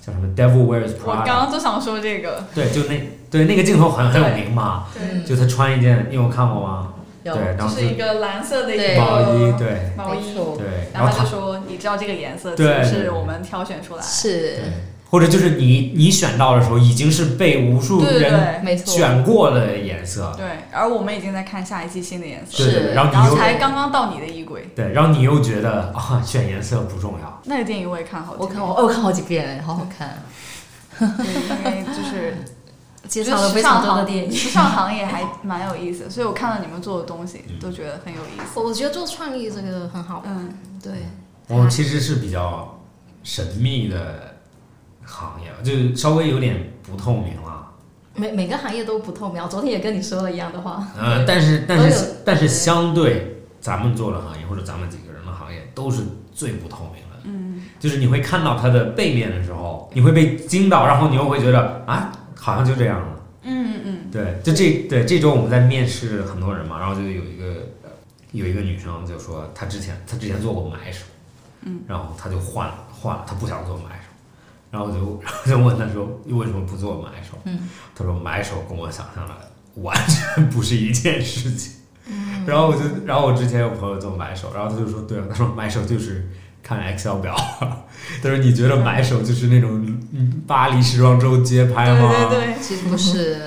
叫什么 Devil Wears 我刚 Prada，刚就想说这个，嗯对，就那对那个镜头很很有名嘛，对，就他穿一件，你有看过吗？对有，然就后是一个蓝色的一对个毛衣，对。毛没衣，错对，然后他他就说，你知道这个颜色其对实是我们挑选出来的，是，或者就是你你选到的时候，已经是被无数对对人对没错，选过的颜色，对，而我们已经在看下一季新的颜色，对对对，是然后然你后又才刚刚到你的衣柜。对，然后你又觉得啊，选颜色不重要，那个电影我也看好几我遍，看我哦，我看好几遍，好好看。啊对，因为就是介 就绍了时非尚常多行的电影。时尚行业还蛮有意思， 所以我看了你们做的东西嗯都觉得很有意思。我我觉得做创意这个很好，嗯，对，我们其实是比较神秘的行业，就是稍微有点不透明了。每每个行业都不透明。我昨天也跟你说了一样的话，呃，但是但都有是但是相对咱们做的行业或者咱们几个人的行业都是最不透明的。嗯，就是你会看到它的背面的时候，你会被惊到，然后你又会觉得啊，好像就这样了。嗯嗯对，就这对这周我们在面试很多人嘛，然后就有一个呃有一个女生就说她之前她之前做过买手，嗯，然后她就换了换了，她不想做买手，然后我就然后就问她说你为什么不做买手？嗯，她说买手跟我想象的完全不是一件事情。 然后我就，然后我之前有朋友做买手，然后他就说，对啊，他说买手就是看 Excel 表， 他说你觉得买手就是那种嗯巴黎时装周街拍对吗？对对，其实不 是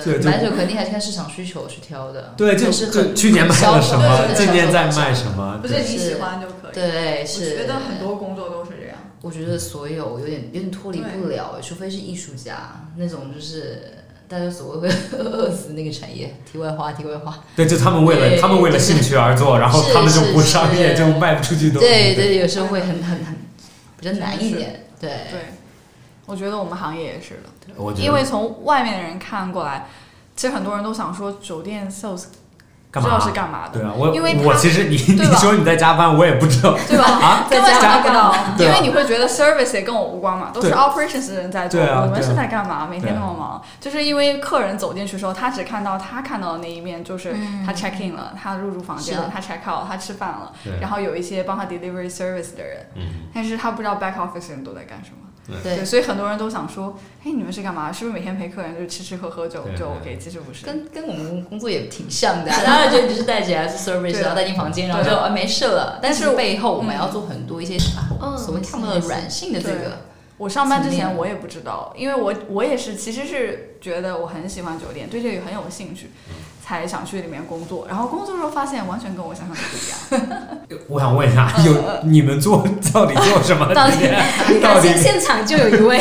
对，就买手肯定还是看市场需求去挑的。对，就还是就很去年卖了什么，对今年在卖么。什么不，是你是喜欢就可以。对，我是。觉得很，多工作都是这样。我觉得所有有点有点脱离不了，除非是艺术家那种，就是大家所谓会 饿死那个产业。题外话，题外话。对，就他们为了对他们为了就是兴趣而做，然后他们就是不商业，是就卖不出去东西。对对，有时候会很很很比较难一点。对，对，我觉得我们行业也是的，我觉得因为从外面的人看过来，其实很多人都想说酒店 sales 不干知嘛道是？干嘛的对，啊，我因为我他其实你你对吧说你在加班，我也不知道对吧？啊。根本想不到，对因啊为你会觉得 service 也跟我无关嘛，都是对啊 operations 的人在做，对啊我们对啊是在干嘛？每天那么忙，就是因为客人走进去的时候，他只看到他看到的那一面，就是他 check in 了，他入住房间了嗯是，他 check out，他吃饭了，对然后有一些帮他 delivery service 的人，嗯，但是他不知道 back office 人都在干什么。对所以很多人都想说，哎，你们是干嘛？是不是每天陪客人就是吃吃喝喝就对就对 OK？其实不是，跟跟我们工作也 挺像的、啊，然后觉得只是带起来是 service，对然后带进房间，然后对就啊没事了。但但是是嗯背后我们要做很多一些啊嗯所谓看不到的软性的这个，我上班之层前面我也不知道，因为我我也是其实是觉得我很喜欢酒店，对这个很有兴趣，嗯才想去里面工作。然后工作的时候发现完全跟我想象的不 一样。我想问一下，嗯有你们做到底做什么？到底到底现现场就有一 位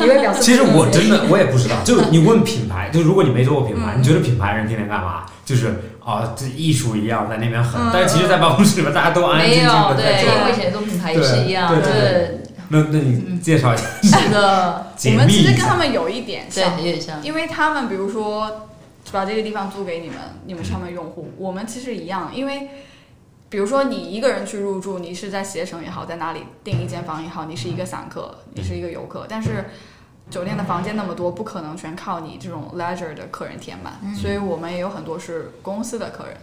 一位表示不理解，其实我真的我也不知道，就你问品牌，就如果你没做过品牌，嗯你觉得品牌人天天干嘛？就是啊，这艺术一样在那边嗯很，但是其实，在办公室里面大家都安安静没静有的在对，做因。为以前做品牌也是一样，对就对是那那你介绍一下， 是的，解我嗯们密其实一跟他下。们有一点对，像有，点像，因为他们比如说把这个地方租给你们，你们是他们用户，我们其实一样，因为。比如说，你一个人去入住，你是在携程也好，在哪里订一间房也好，你是一个散客，你是一个游客，但是酒店的房间那么多，不可能全靠你这种 leisure 的客人填满，所以我们也有很多是公司的客人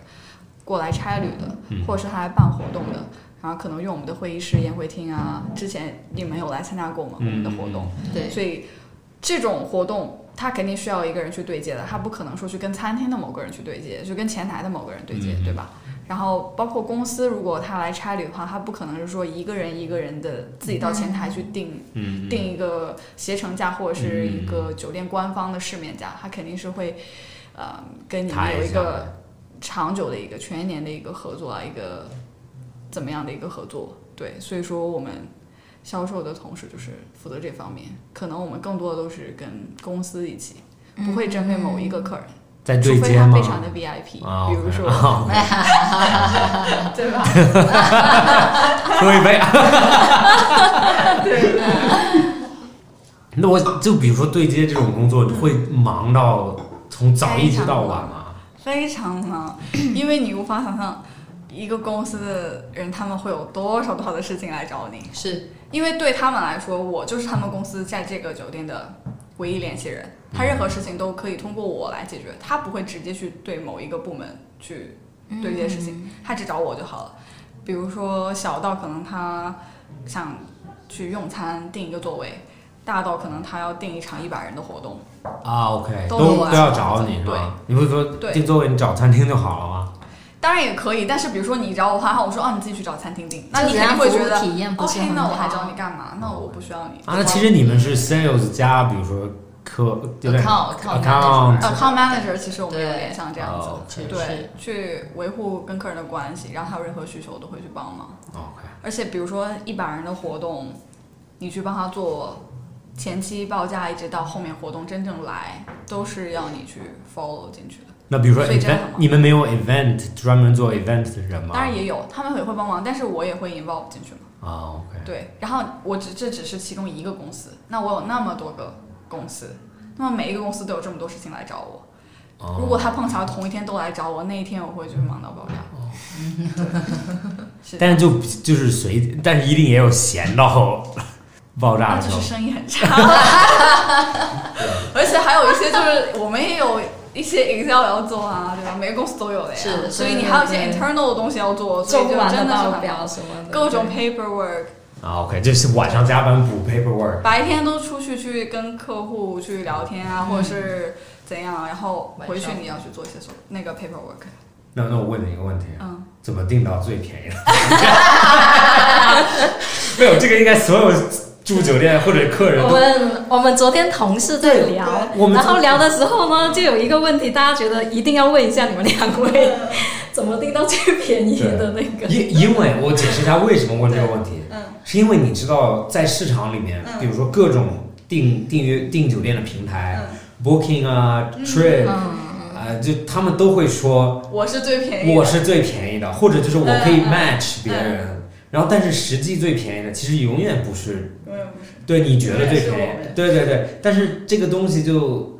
过来差旅的，或者是他来办活动的，然后可能用我们的会议室、宴会厅啊。之前你们有来参加过吗？我嗯们的活动，对所以这种活动。他肯定需要一个人去对接的，他不可能说去跟餐厅的某个人去对接，就跟前台的某个人对嗯接，对吧？然后包括公司，如果他来差旅的话，他不可能是说一个人一个人的自己到前台去定嗯，定一个携程价或者是一个酒店官方的市面价，它肯定是会呃跟你谈们有一下一个长久的一个全年的一个合作啊，一个怎么样的一个合作？对，所以说我们销售的同事就是负责这方面，可能我们更多的都是跟公司一起，不会针对某一个客人，嗯在除对非接他吗非？常的 VIP，、啊，比如 说、啊对吧？喝一杯。那我就比如说对接这种工作，你会忙到从早一直到晚吗？非常忙，因为你无法想象一个公司的人他们会有多少多少的事情来找你，是因为对他们来说，我就是他们公司在这个酒店的唯一联系人，他任何事情都可以通过我来解决，他不会直接去对某一个部门去嗯对这些事情，他只找我就好了。比如说小到可能他想去用餐订一个座位，大到可能他要订一场一百人的活动，啊，OK，都都有啊要找你是吧？你会说对订座位你找餐厅就好了吗？当然也可以，但是比如说你找我的话，我说啊，你自己去找餐厅订，那就你只肯让定会服务觉得体验不是 OK，很那我好还找你干嘛？那我不需要你啊，那其实你们是 sales 加，比如说客有点 account account account manager account manager 呃其实我们有对点像这样子，哦是对，去维护跟客人的关系，然后他有任何需求我都会去帮忙。哦 OK，而且比如说一百人的活动，你去帮他做前期报价，一直到后面活动真正来，都是要你去 follow 进去的。那比如说所以这样 event，好吗你们没有 event 专门做 event 的人吗？当然也有，他们也会帮忙，但是我也会 involve 进去嘛。啊，OK，对，然后我只这只是其中一个公司，那我有那么多个公司，那么每一个公司都有这么多事情来找我。哦如果他碰巧同一天都来找我，那一天我会就是忙到爆炸。对，但是就就是随，但是一定也有闲到爆炸那啊的时啊就是候。啊生意 很差， 而且还有一 些就是我们也有一些 Excel 要做啊，对吧？每个公司都有的呀，是所以对你还有一些对 internal 的东西要做，做所以不就完真的是报很表忙什么的，各种对 paperwork，啊，OK，就是晚上加班补 paperwork。白天都出去去跟客户去聊天啊，或者嗯是怎样，然后回去你要去做一些所那个 paperwork。那那我问你一个问题，啊嗯，怎么订到最便宜的？ 没有，这个应该所有住酒店或者客人我都们我们昨天同事在聊对我，们然后聊的时候呢，就有一个问题，大家觉得一定要问一下你们两位， 怎么订到最便宜的那个？因因为我解释一下为什么问这个问题，嗯是因为你知道在市场里面，嗯比如说各种订订约订酒店的平台、b o o k i n g 啊、嗯 Trip 啊、嗯，就他们都会说我是最便宜的，哦我是最便宜的，或者就是我可以嗯嗯 match 别人，然后但是实际最便宜的其实永远不是永远不是。对你觉得最便对是我宜们，对对对，但是这个东西就。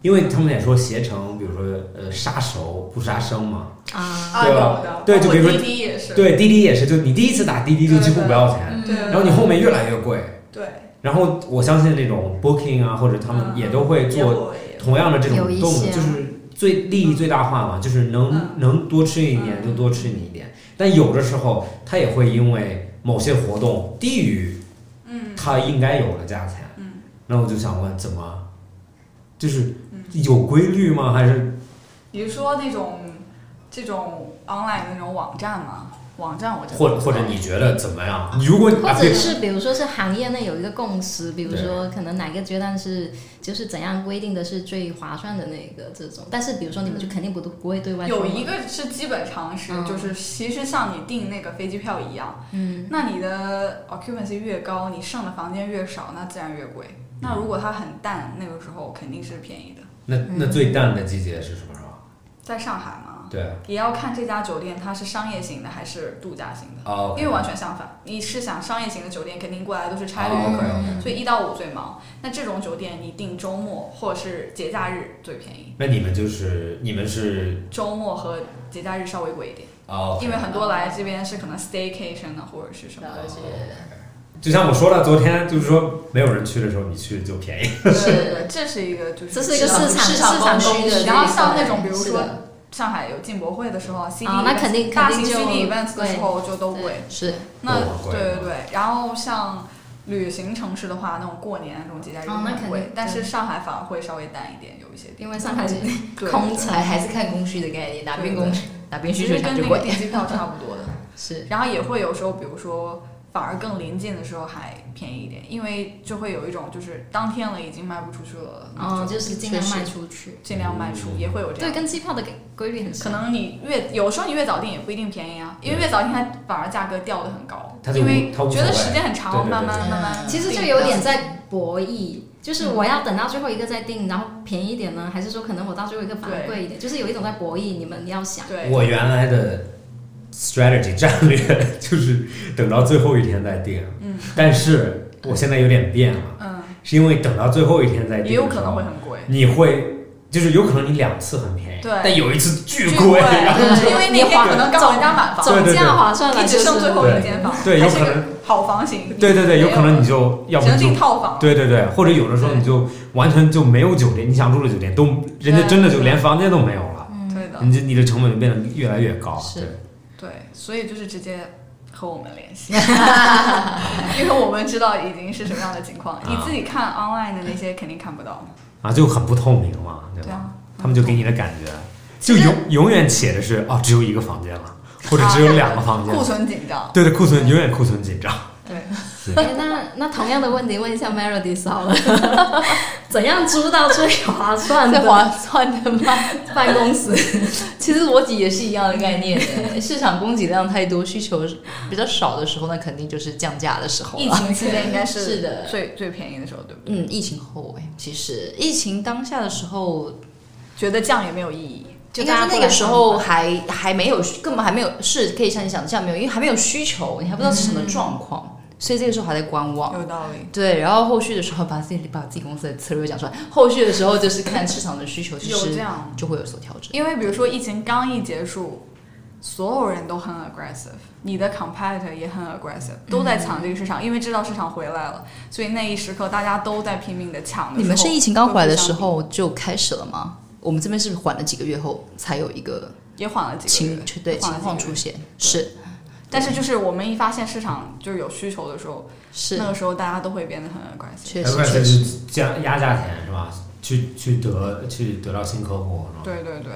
因为他们也说携程，比如说呃杀熟不杀生嘛，啊，啊，对吧有的，对就比如说包括滴滴也是，对滴滴也是，就你第一次打滴滴就几乎不要钱，对，然后你后面越来越贵，对，然后我相信那种 Booking 啊，或者他们嗯也都会也做我也同样的这种有一动作，些就是最利益最大化嘛，就是能、啊嗯能多吃一点就多吃你一点。但有的时候他也会因为某些活动低于嗯他应该有的价钱，嗯，那我就想问，怎么就是嗯有规律吗？还是比如说那种这种 online 的那种网站嘛，网站我真的或或者你觉得怎么样？如果或啊者对是比如说是行业内有一个共识，比如说可能哪个阶段是就是怎样规定的是最划算的那个这种，但是比如说你们就肯定不不会对外说有嘛一个是基本常识，嗯就是其实像你订那个飞机票一样，嗯那你的 occupancy 越高，你剩的房间越少，那自然越贵。那如果它很淡，那个时候肯定是便宜的。那那最淡的季节是什么时候？啊在上海嘛，对啊，也要看这家酒店它是商业型的还是度假型的，哦因为完全相反，你是想商业型的酒店，肯定过来都是差旅嗯哦客人， ，OK，OK 所以一到五最忙。那这种酒店你订周末或者是节假日最便宜，那你们就是你们是周末和节假日稍微贵一点，哦，OK，因为很多来这边是可能 staycation 的或者是什么的了解，就像我说的，昨天就是说没有人去的时候，你去就便宜。是，这是一个就是这是一个市场市场市场供需需的这一块，然后像那种比如是说的上海有进博会的时候，CD 啊那肯定 events- 大肯型定就 CD events 的时候就都贵。是那都很贵嗯对对对，然后像旅行城市的话，那种过年那种节假日哦那很肯定贵，但是对上海反而会稍微淡一点，有一些地因为上海是对空对还还是看供需的概哎念，哪对边对供需哪边其需实求跟强就那个贵，订机票差不多的。是然后也会有时候，比如说反而更临近的时候还便宜一点，因为就会有一种就是当天了已经卖不出去了，哦，就就是尽量确实卖出去，尽量卖嗯出，也会有这对，样。跟机票的规律很啊可像。能你越有时候你越早订也不一定便宜啊，因为越早订它反而价格掉的很高它，就无因为它无所觉得谓时间很对长，对慢慢对慢慢，其实就有点在博弈，就是我要等到最后一个再定，然后便宜一点呢，还是说可能我到最后一个反而对贵一点？就是有一种在博弈，你们要想。对，我原来的 strategy 战略 就是等到最后一天再定，嗯，但是我现在有点变了，嗯，是因为等到最后一天再定，也有可能会，很贵，你会就是有可能你两次很便宜，对但有一次 巨巨贵，然后对，因为你你划可能刚人家满房，对总对价划算了，你就只是剩最后一间房，对还有是可个能好房型， 对对对，有没可能你就要只不能你就订套房，对对对，或者有的时候对你就完全就没有酒店，你想住的酒店都人家真的就连房间都没有了，嗯嗯对的，你这你的成本就变得越来越高。是对，对，所以就是直接和我们联 系， 因为我们知道已经是什么样的情况，你自己看 online 的那些肯定看不到，啊，就很不透明嘛，对对吧？啊，他们就给你的感觉，就其实永永远写的是啊，只有一个房间了，或者只有两个房间啊库了。存紧张，对对，库存永远库存紧张。对，哎那那同样的问题问一下 Melody 好了， 怎样租到最划算最的划算的吗？办公室？ 其实逻辑也是一样的概念的，市场供给量太多，需求比较少的时候，那肯定就是降价的时候疫了。情期间应该是是的最最便宜的时候，对不对？嗯，疫情后哎，其实疫情当下的时候，觉得降也没有意义，应大家该是过那来个时上候班还还没有，根本还没有是可以像你想象没有，因为还没有需求，你还不知道是什么状况，嗯所以这个时候还在观望。有道理，对，然后后续的时候把自己把自己公司的策略讲出来，后续的时候就是看市场的需求，其有这实样。就会有所调整。因为比如说疫情刚一结束，所有人都很 aggressive，你的 competitor 也很 aggressive，都在抢嗯这个市场，因为知道市场回来了，所以那一时刻大家都在拼命的抢的时候。你们是疫情刚回来的时候就开始了吗？我们这边是缓了几个月后才有一个也缓了几个情月，对缓情了况几个出月现，是但是就是我们一发现市场就是有需求的时候，是那，个时候大家都会变得很 aggressive。确要哎不实然确就实，是加压价钱是吧？去去得去得到新客户是吧？对对对，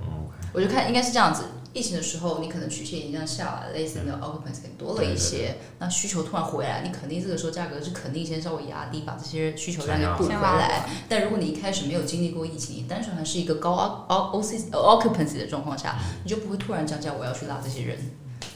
嗯，OK，我就看应该是这样子。疫情的时候，你可能曲线已经这样下来，类似的 occupancy 更多了一些，对那需求突然回来，你肯定这个时候价格是肯定先稍微压低，把这些需求先量给拉补回先拉回来。但如果你一开始没有经历过疫情，你单纯还是一个高 O O C 呃 occupancy 的状况下，你就不会突然降价，我要去拉这些人。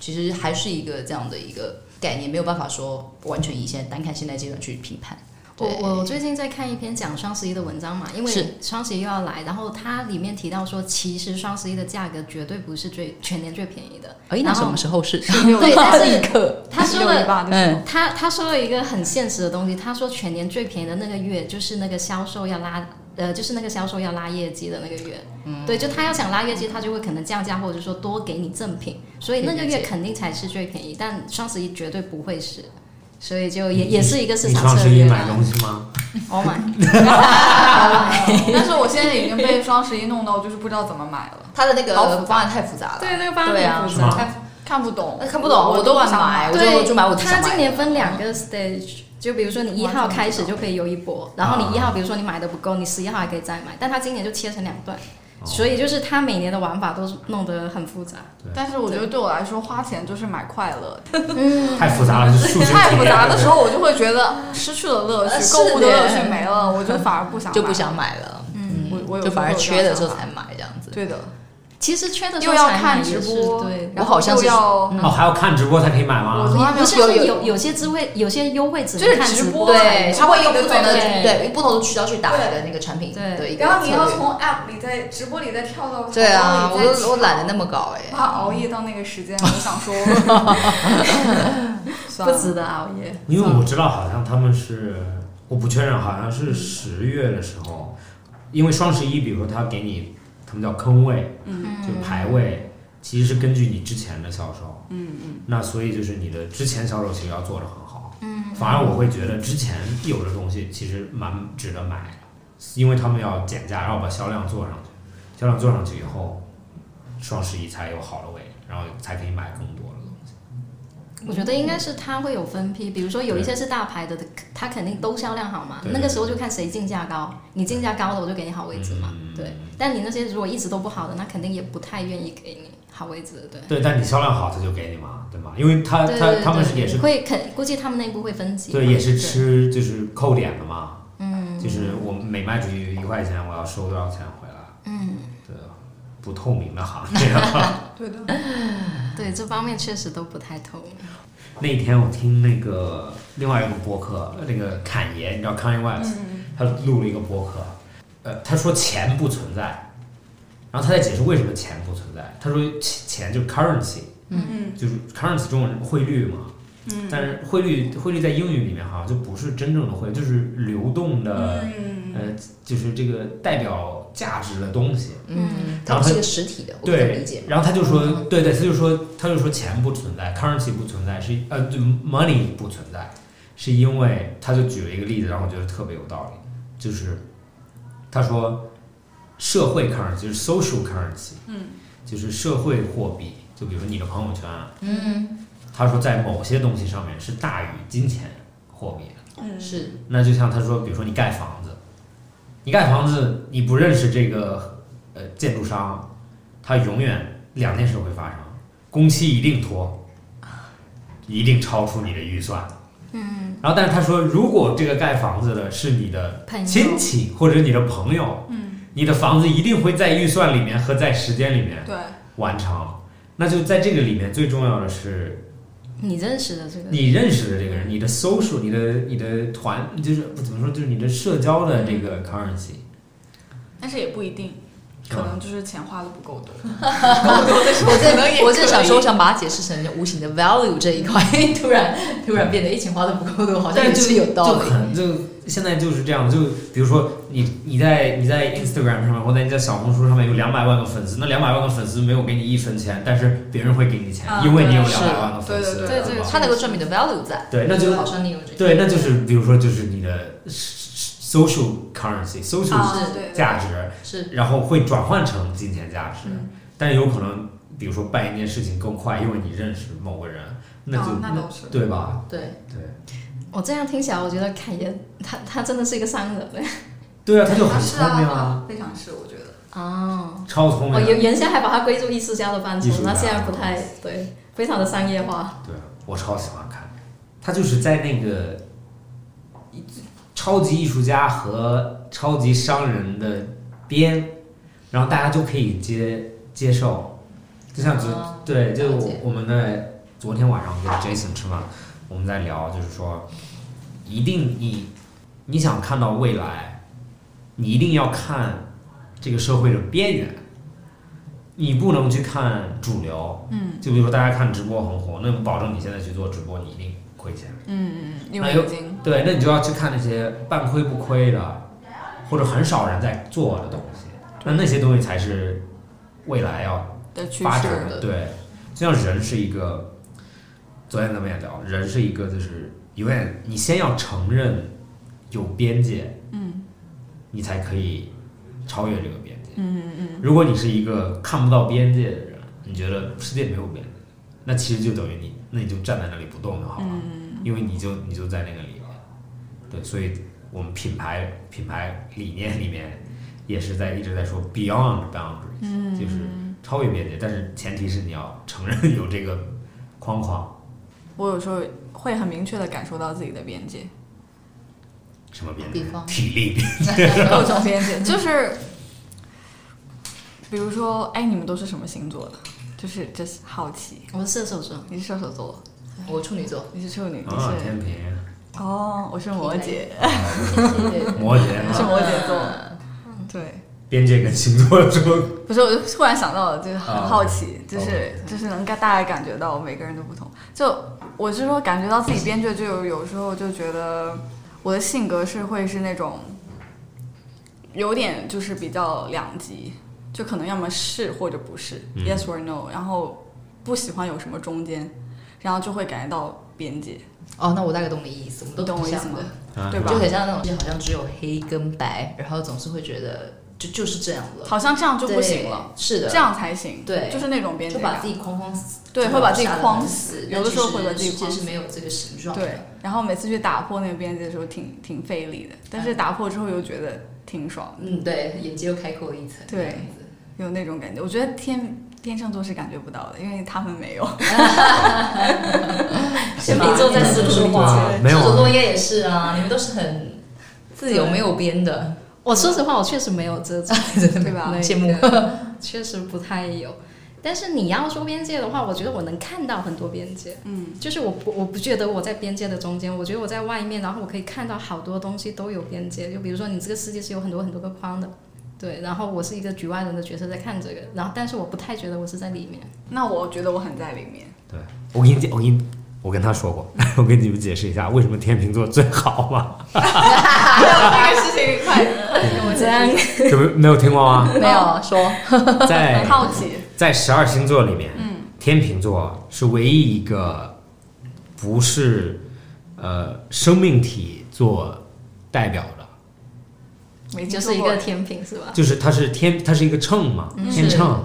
其实还是一个这样的一个概念，没有办法说完全以现在单看现在阶段去评判。我对我最近在看一篇讲双十一的文章嘛，因是为双十一又要来，然后它里面提到说，其实双十一的价格绝对不是最全年最便宜的。哎，然那后什么时候是？对但是立刻，他说六一了，八嗯的时候，他他说了一个很现实的东西，他说全年最便宜的那个月就是那个销售要拉。呃，就是那个销售要拉业绩的那个月，对，就他要想拉业绩，他就会可能降价，或者说多给你赠品，所以那个可以理月解肯定才是最便宜，但双十一绝对不会是，所以就嗯也也是一个市你场双策十一略买啦。东西吗？ Oh my，但是我现在已经被双十一弄到就是不知道怎么买了， 他的那个好复杂方案太复杂了。对那个方对案啊很复是吗杂，看看不懂那，看不懂，我都不不想想买，我就对，就买我自己它想今买的。年分两个 stage，就比如说你一完全号不开始知道就可以有一波，然后啊你一号比如说你买的不够，你十一号还可以再买，但它今年就切成两段，哦所以就是它每年的玩法都是弄得很复杂。但是我觉得对我来说花钱就是买快乐，太复杂了，就数学题太复杂的时候，我就会觉得 失去了乐呃趣，是购物的的乐趣没了，我就反而不想，就不。想买了，我我有就时候反而会有这缺样的时候想法才买这样子。对的，其实缺的时又候要才买看也直是播，对。然我后好像又是要哦，还要看直播才可以买吗？从来不没有是有有有有些只会有些优惠只就是能看直播播，对，它会用不同的对对用不同的渠道去打你的那个产品对的一个然后你要策略从 app 里再直播里再跳到对啊，我都都我懒得那么搞哎。怕熬夜到那个时间，我想说， 算不了，值得熬夜。因为我知道，好像他们是，我不确认，好像是十月的时候，因为双十一，比如说他给你，他们叫坑位，嗯，就排位，其实是根据你之前的销售，嗯嗯，那所以就是你的之前销售其实要做得很好，嗯，反而我会觉得之前有的东西其实蛮值得买的，因为他们要减价，然后把销量做上去，销量做上去以后，双十一才有好的位，然后才可以买更多的东西，我觉得应该是它会有分批，比如说有一些是大牌的，它肯定都销量好嘛，对嗯那个时候就看谁竞价高，你竞价高的我就给你好位置嘛，对。但你那些如果一直都不好的，那肯定也不太愿意给你好位置的，对。对，但你销量好，他就给你嘛，对吗？因为他对他对他们是对也是会肯，估计他们内部会分级嘛，对，也是吃就是扣点的嘛。嗯，就是我每卖出去一块钱，我要收多少钱回来？嗯，对，不透明的行业。啊对的，对这方面确实都不太透明。 那天我听那个另外一个播客，那个侃爷，你知道 Kanye West，、他录了一个播客，呃，他说钱不存在，然后他在解释为什么钱不存在。他说钱钱就是 currency，嗯，就是 currency 中文汇率嘛，嗯，但是汇率汇率在英语里面好像就不是真正的汇率，就是流动的，呃，就是这个代表价值的东西。嗯，然它后不它是个实体的，我可以理解对，。然后他就说，对对，他就说，他就说钱不存在，currency 不存在，是呃对，money 不存在，是因为他就举了一个例子，让我觉得特别有道理，就是他说社会 currency 就是 social currency，嗯，就是社会货币，就比如说你的朋友圈，嗯，他说在某些东西上面是大于金钱货币的。嗯是那就像他说，比如说你盖房子，你盖房子你不认识这个呃建筑商，他永远两件事会发生：工期一定拖，一定超出你的预算。嗯。然后，但是他说，如果这个盖房子的是你的朋友亲戚或者你的朋友，嗯，你的房子一定会在预算里面和在时间里面对，完成。那就在这个里面，最重要的是你认识的这个，你认识的这个人，你的 social，你的你的团，就是怎么说，就是你的社交的这个 currency，但是也不一定，是可吧能就是钱花的不够多。我正我正想说，我想，想把它解释成无形的 value 这一块，突然突然变得一钱花的不够多，好像但也就是有道就理。很就现在就是这样，就比如说你你在你在 Instagram 上面或者你在小红书上面有两百万个粉丝，那两百万个粉丝没有给你一分钱，但是别人会给你钱，啊因为你有对两百万个粉丝，是对对对好不好它能够证明你的 value 在，对那就好像你有这个对，那就是比如说就是你的 social currency，social 啊对对价值，是然后会转换成金钱价值，嗯但有可能，比如说办一件事情更快，因为你认识某个人，那就、哦那倒是对吧？对，对我这样听起来，我觉得凯爷他他真的是一个商人欸嘞。对啊，他就很是聪明啊，啊，非常是，我觉得。哦，超聪明我啊、原原先还把它归入艺术家的范畴艺术，家那现在不太对，非常的商业化。对啊，我超喜欢看，他就是在那个一超级艺术家和超级商人的边，然后大家就可以接接受，就像昨、啊对，就了我解我们在昨天晚上跟 Jason 吃饭，我们在聊，就是说，一定你你想看到未来，你一定要看这个社会的边缘。你不能去看主流，嗯，就比如说大家看直播很火，那保证你现在去做直播，你一定亏钱。嗯嗯，因哎为呦已经对，那你就要去看那些半亏不亏的，或者很少人在做的东西，那那些东西才是未来要的趋发势展的。对，就像人是一个，昨天咱们也聊，人是一个就是永远你先要承认有边界，嗯，你才可以超越这个边界。嗯嗯嗯。如果你是一个看不到边界的人，你觉得世界没有边界，那其实就等于你，那你就站在那里不动就好了，因为你就你就在那个里面。对，所以我们品牌品牌理念里面也是在一直在说 beyond boundaries，、就是超越边界，但是前提是你要承认有这个框框，我有时候会很明确的感受到自己的 边界，什么边比界方？体力边各种边界，就是比如说，哎，你们都是什么星座的？就是就是好奇，我是射手座，你是射手座，我处女座，你是处女，你啊，是天平，哦，我是摩羯，摩羯是嘛，摩羯座，对。啊边界跟星座有什么？不是，我就突然想到了，就是很啊好奇，就是、 OK 哦就是能大概感觉到每个人都不同。就我是说，感觉到自己边界，就有有时候就觉得我的性格是会是那种有点就是比较两极，就可能要么是或者不是、嗯 y e s or no，然后不喜欢有什么中间，然后就会感觉到边界，哦，那我大概懂你意思，我们都你懂挺我意思像吗的？啊对吧就很像那种，就好像只有黑跟白，然后总是会觉得就就是这样了，好像这样就不行了，对，是的，这样才行，对就是那种边界就感把自。己框框死，对就会把自己杀得框很死死，有但的其时候会实把自己世界框是死没有这个形状的，对，然后每次去打破那个边界的时候挺，挺费力的，但是打破之后又觉得挺爽的，嗯，对，眼界又开阔了一层，对这样子有那种感觉。我觉得天天秤座是感觉不到的，因为他们没有。天秤座在四处哇画，没有啊射手座应该也是啊，你们都是很自由没有边的，我说实话，我确实没有这种，真的对吧啊那个羡慕。 确实不太有。但是你要说边界的话，我觉得我能看到很多边界。嗯，就是我不我不觉得我在边界的中间，我觉得我在外面，然后我可以看到好多东西都有边界。就比如说你这个世界是有很多很多个框的，对。然后我是一个局外人的角色在看这个，然后但是我不太觉得我是在里面。那我觉得我很在里面，对，我给你解，我给你，我跟他说过， 我给你啊们解释一下为什么天秤座最好嘛。嗯这个事情快 当，这不 没有听过吗？没有说在 很好奇，在十二星座里面，嗯天秤座是唯一一个不是呃生命体做代表的，没听就是一说过个天平是吧？就是它是天，它是一个秤嘛，嗯天是秤。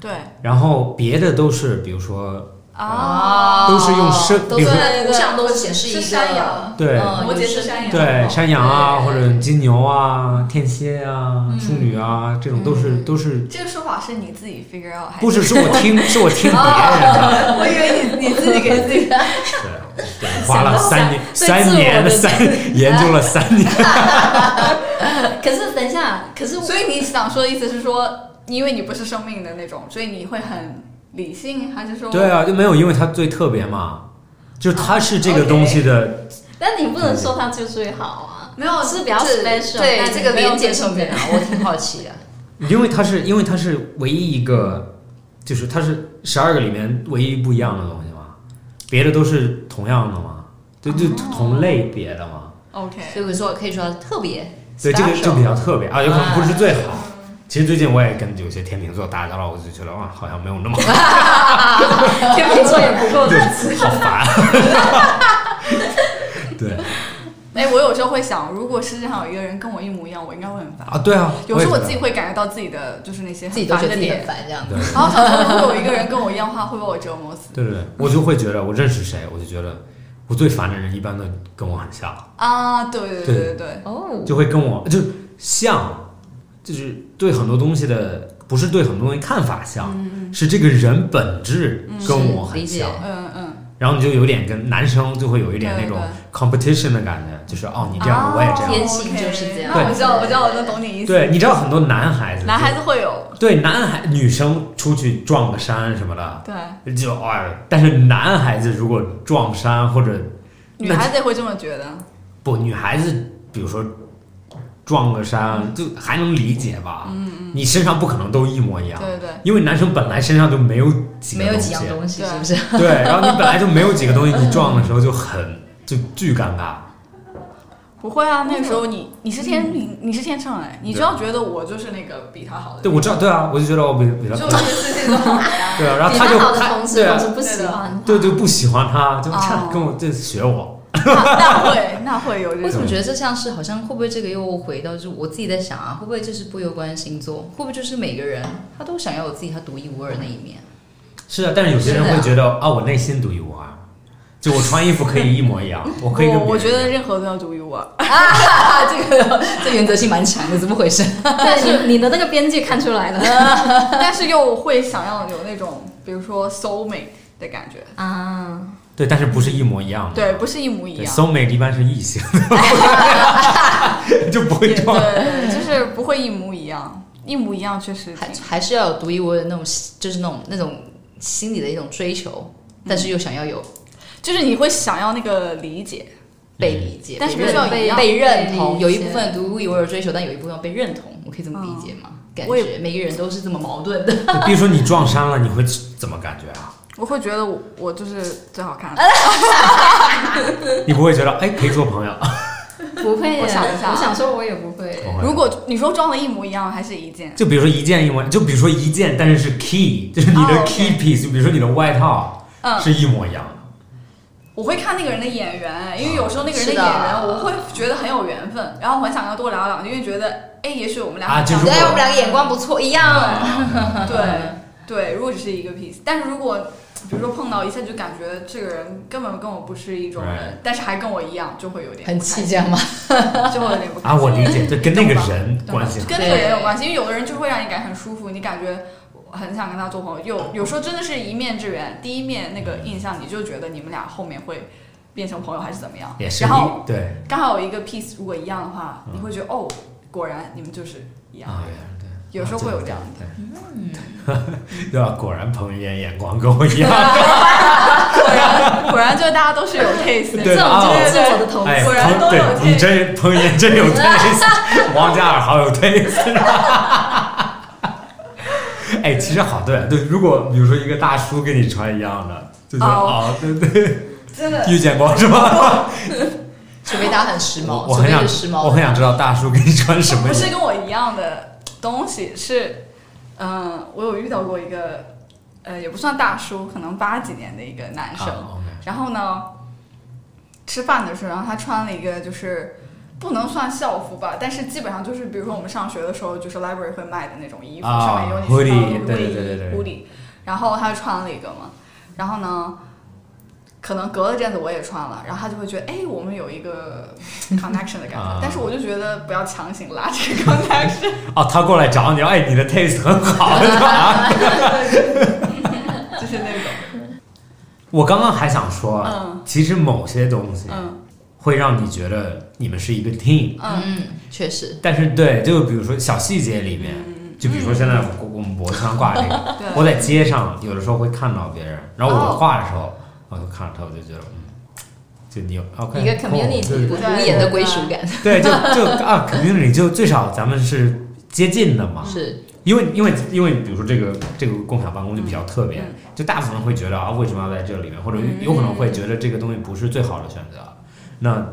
对然后别的都是，比如哦说，啊都是用生哦都比是如说图像都显示一个是山羊对嗯摩羯有是生山羊对山羊啊，对或者金牛啊、天蝎啊、嗯处女啊，这种都是都是，这个说法是你自己 figure out 嗯还哦不是是我 听是我听别人的，我以为你你自己给自己对，对花了三年想到三年最自我的 三研究了三年，可是等一下，可是我所以你想说的意思是说，因为你不是生命的那种，所以你会很理性，还是说？对啊，就没有，因为它最特别嘛，就是它是这个哦，OK 东西的，但你不能说它就最好啊，没有是比较这 special，对但这个没有连接最性在重哪要？我挺好奇的。因为它是因为它是唯一一个，就是它是十二个里面唯一不一样的东西嘛，别的都是同样的嘛，就就哦同类别的嘛。 OK， 所以我说可以说特别，对，这个就 special 比较特别啊，有可能不是最好。其实最近我也跟有些天秤座打交道，我就觉得哇，好像没有 那么好，天秤座也不够对，好烦。对哎，我有时候会想，如果世界上有一个人跟我一模一样，我应该会很烦。啊，对啊，有时候我也自己觉会感觉到自己的就是那些自己很都觉烦的得自己点很，烦这样子。得对然后想说如果有一个人跟我一样的话，会把我折磨死对对对，我就会觉得我认识谁，我就觉得我最烦的人一般都跟我很像，啊！对对对对对，哦，就会跟我就像，就是对很多东西的不是对很多东西看法像，是这个人本质跟我是理很解像。嗯嗯，然后你就有点跟男生就会有一点对那种对 competition 的感觉，就是哦，你这样、我也这样。天性就是这样啊 OK，那我对知道，我知道，我就懂你意思。对，你知道很多男孩子就，男孩子会有对男孩女生出去撞个山什么的，对，就哎，但是男孩子如果撞山或者女孩子也会这么觉得。不女孩子，比如说撞个山，就还能理解吧？嗯嗯，你身上不可能都一模一样，对对因为男生本来身上就没有几个没有东几西，啊 样东西，对是不是？对，然后你本来就没有几个东西，你撞的时候就很就巨尴尬。不会啊，那个时候你嗯你是天平，你是天秤哎，你就要觉得我就是那个比他好的，啊对，我知道，对啊，我就觉得我比比他就这个事情都好呀。对啊，然后比他就他好的他同对时，啊同时不喜欢，对就不喜欢他，就看哦跟我就学我，那会那会有这为什啊种，么觉得这像是好像会不会这个又回到就是我自己在想啊，会不会就是不攸关星座，会不会就是每个人他都想要有自己他独一无二那一面？是啊，但是有些人是的会觉得啊，我内心独一无二，就我穿衣服可以一模一样，我可以跟我我别觉人得一样任何都要独一无二。啊，这个 这原则性蛮强的，怎么回事？ 但是你的那个边界看出来了 但是又会想要有那种，比如说 soul mate 的感觉，啊。对，但是不是一模一样的，对，不是一模一对样， ，soul mate 一般是异性， 就不会对撞，对，就是不会一模一样，一模一样确实还挺还是要有独一无二的那种，就是那种那种心理的一种追求，但是又想要有就是你会想要那个理解，被理解，但是被不需要认一样被认被理同，解有一部分独一无二的追求，但有一部分被认同，我可以这么理解吗？感我觉也每个人都是这么矛盾的，比如说你撞衫了，你会怎么感觉啊？我会觉得我我就是最好看的，哎你不会觉得哎可以做朋友？不会耶，我想一下我想说我也不会耶。不会如果你说装的一模一样，还是一件，就比如说一件一模，就比如说一件，但是是 key，就是你哦的，OK key piece，就比如说你的外套嗯，是一模一样的。我会看那个人的眼缘，因为有时候那个人的是的眼缘，我会觉得很有缘分，然后我很想要多聊聊，因为觉得，哎，也许我们俩啊就很如像果哎，我们两个眼光不错，一样。对对，如果只是一个 piece，但是如果比如说碰到一下就感觉这个人根本跟我不是一种人 Right 但是还跟我一样，就会有点很不开 气心这样吗？就会有点不开啊，心。我理 解，对，跟那个懂吧人对关系很跟那个人有对关系，因为有的人就会让你感觉很舒服，你感觉很想跟他做朋友。有有时候真的是一面之缘，第一面那个印象你就觉得你们俩后面会变成朋友还是怎么样，也是然后一对刚好有一个 piece 如果一样的话，你会觉得哦，果然你们就是一样。啊，原来对，有时候会有这样的，对，对吧？果然彭于晏眼光跟我一样，果然，果然就大家都是有 taste 的。这种对就哦是自我的同哎，果然彭都有对你真彭于晏真 有 taste，王嘉尔好有 taste。哎，其实好对对，如果比如说一个大叔跟你穿一样的，就觉得哦哦，对对，真的遇见过是吧？除非大家很时髦，我除很非想是时髦我的很想知道大叔跟你穿什么不衣是服。啊跟我一样的东西，是，嗯、我有遇到过一个，呃，也不算大叔，可能八几年的一个男生，啊，OK，然后呢，吃饭的时候，然后他穿了一个就是不能算校服吧，但是基本上就是比如说我们上学的时候，就是 library 会卖的那种衣服，啊上面有你 hoodie，的对对对对对 hoodie，然后他就穿了一个嘛，然后呢。可能隔了阵子我也穿了，然后他就会觉得，哎，我们有一个 connection 的感觉啊，但是我就觉得不要强行拉这个 connection， 哦，他过来找你，哎，你的 taste 很好。是吧就是那种，我刚刚还想说，嗯其实某些东西嗯会让你觉得你们是一个 team，嗯嗯，确实，但是对，就比如说小细节里面，就比如说现在我我们脖子上挂这个，对，我在街上有的时候会看到别人，然后我嗯哦画的时候，我就看着他，我就觉得，嗯，就你有 OK 一个 cool， community 对无无言的归属感 对，就就啊，community 就最少咱们是接近的嘛，是因为因为因为比如说这个这个共享办公就比较特别嗯，就大部分人会觉得啊，为什么要在这里面，或者嗯有可能会觉得这个东西不是最好的选择，那。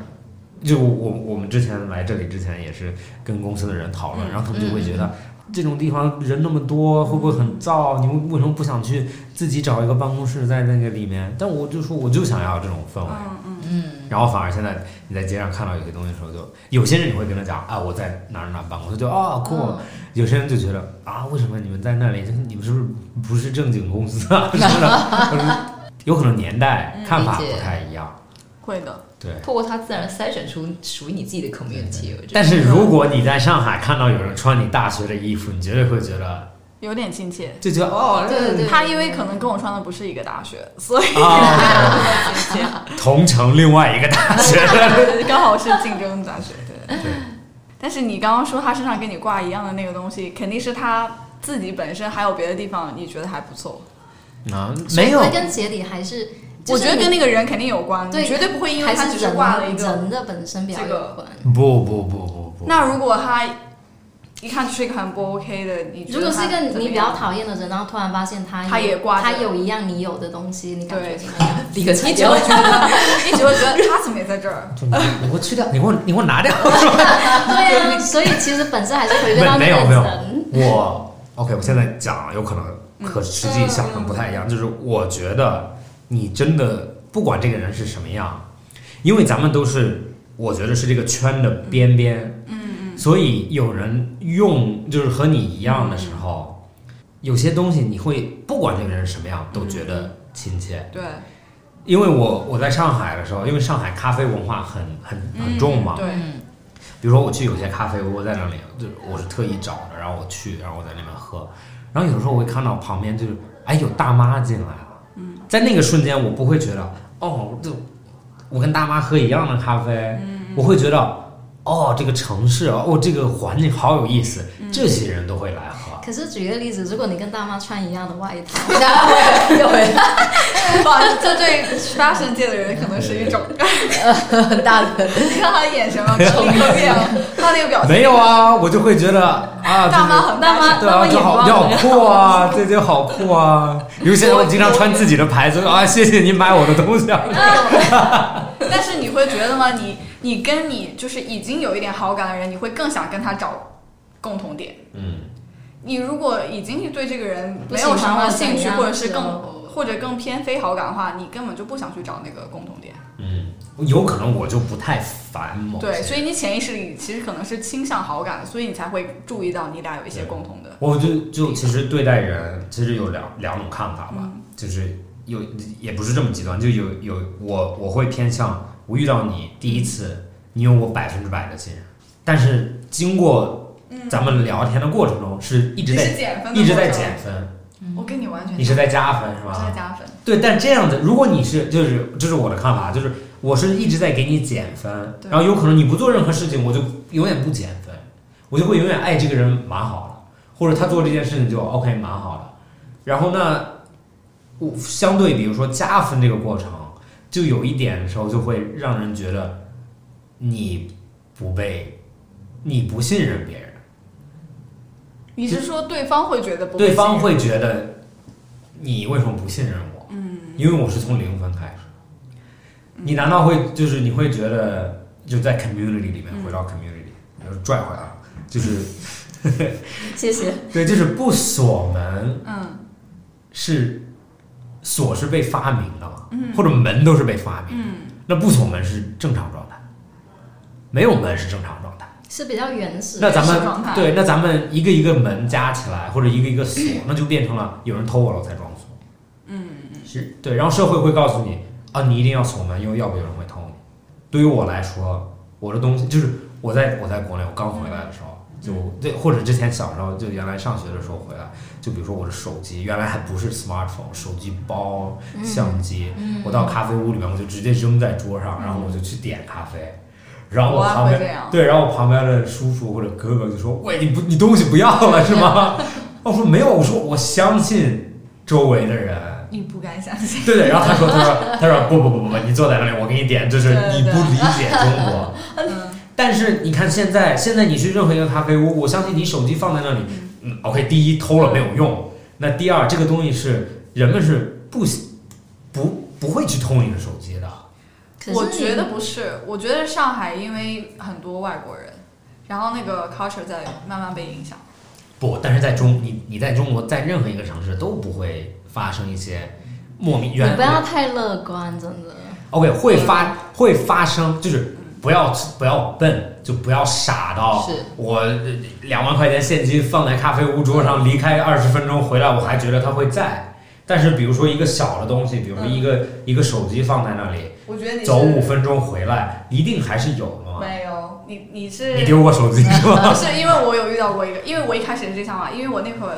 就我我们之前来这里之前也是跟公司的人讨嗯论，然后他们就会觉得、这种地方人那么多，会不会很燥？你为什么不想去自己找一个办公室在那个里面？但我就说我就想要这种氛围，嗯嗯，然后反而现在你在街上看到有些东西的时候就，有些人你会跟他讲啊，我在哪儿哪儿办公室，就哦 cool，、有些人就觉得啊，为什么你们在那里？你们是不是不是正经公司啊？是不是？ 有可能年代嗯看法理解不太一样，会的，对。透过它自然筛选出属于你自己的 community，我觉得。但是如果你在上海看到有人穿你大学的衣服，你绝对会觉得有点亲切，就觉得哦，对对对他因为可能跟我穿的不是一个 大学，所以啊，亲哦切。同城另外一个大学的，刚好是竞争大学，对。对但是你刚刚说他身上跟你挂一样的那个东西，肯定是他自己本身还有别的地方你觉得还不错。啊，所以没有归根结底还是，就我是觉得你跟那个人肯定有关，对你绝对不会因为还他是只人挂了一个。人的本身比较这有个关。不不不不不，那如果他一看就是一个很不 OK 的，你觉如得果他是一个怎么你比样较讨厌的人，然后突然发现他他也挂着他有一样你有的东西，你感觉对怎么样？立刻你拆只掉会觉得，你只会觉得哎他怎么也在这儿？就你你给我去掉，你给我你给我拿掉。对 啊，所以其实本身还是回归没到没那有个没有人，我 OK，我现在讲有可能和实际想的不太一样，就是我觉得你真的不管这个人是什么样，因为咱们都是我觉得是这个圈的边边，嗯嗯，所以有人用就是和你一样的时候，有些东西你会不管这个人是什么样都觉得亲切，对，因为我我在上海的时候，因为上海咖啡文化很很 很重嘛，嗯对，比如说我去有些咖啡，我在那里就是我是特意找的，然后我去，然后我在那边喝，然后有时候我会看到旁边就是哎有大妈进来了，嗯，在那个瞬间我不会觉得哦，就我跟大妈喝一样的咖啡，嗯我会觉得哦这个城市哦这个环境好有意思，嗯这些人都会来喝，可是举个例子，如果你跟大妈穿一样的外套， 又回来哇，这对十八世界的人可能是一种，很大的你看他的眼神吧，立刻变了，他那个表情，没有啊，我就会觉得啊大妈就是很大妈对啊，这好要酷啊，这就好酷啊！有些人我经常穿自己的牌子啊，谢谢你买我的东西啊。但是你会觉得吗？你你跟你就是已经有一点好感的人，你会更想跟他找共同点。嗯，你如果已经对这个人不没喜欢有什么兴或者怎趣，样或者是是更哦或者更偏非好感的话，你根本就不想去找那个共同点。嗯有可能我就不太烦某些对，所以你潜意识里其实可能是倾向好感的，所以你才会注意到你俩有一些对共同的。我就就其实对待人其实有两两种看法吧，就是有也不是这么极端，就有有我我会偏向我遇到你第一次，你有我百分之百的信任，但是经过咱们聊天的过程中，嗯是一直你是在减分的，一直在，减分，我跟你完全你是在加分是我吧？在加分，对，但这样子，如果你是就是这是我的看法，啊就是我是一直在给你减分，对然后有可能你不做任何事情，我就永远不减分，我就会永远哎这个人蛮好的，或者他做这件事情就 OK 蛮好的，然后呢，我相对比如说加分这个过程，就有一点的时候就会让人觉得你不被你不信任别人，你是说对方会觉得不对信方任会觉得你为什么不信任我？嗯，因为我是从零分开始。你难道会就是你会觉得就在 community 里面回嗯到 community，、然后拽回来了，就是谢谢。对，就是不锁门嗯是锁是被发明的嘛，或者门都是被发明的，嗯，那不锁门是正常状态，没有门是正常状态。是比较原始那的，咱原始状们态对，那咱们一个一个门加起来，或者一个一个锁，那就变成了有人偷我了我才装锁。嗯，是对。然后社会会告诉你啊，你一定要锁门，因为要不有人会偷你。对于我来说，我的东西就是我在我在国内，我刚回来的时候，就对，或者之前小时候，就原来上学的时候回来，就比如说我的手机，原来还不是 smartphone，手机包、相机，我到咖啡屋里面我就直接扔在桌上，然后我就去点咖啡。然后我我也旁边啊会这样对，然后我旁边的叔叔或者哥哥就说：“喂，你不你东西不要了是吗？”我说：“没有。”我说：“我相信周围的人。你不敢相信，”对对，然后他说：“他说他说不不不不不，你坐在那里，我给你点，这是对对你不理解中国。嗯但是你看现在，现在你去任何一个咖啡屋，我相信你手机放在那里，嗯，OK，第一偷了没有用，那第二这个东西是人们是不不不会去偷你的手机的。可是你我觉得不是，我觉得上海因为很多外国人，然后那个 culture 在慢慢被影响。不，但是在中你你在中国在任何一个城市都不会发生一些莫名你原不要太乐观，真的。 OK 会发会发生，就是不要不要笨，就不要傻到是我两万块钱现金放在咖啡屋桌上，离开二十分钟回来，我还觉得它会在。但是比如说一个小的东西，比如说一个、嗯一个手机放在那里，我觉得你是走五分钟回来，一定还是有的嘛。没有，你你是你丢过手机是吗？不是因为我有遇到过一个，因为我一开始也是这个想法，因为我那会儿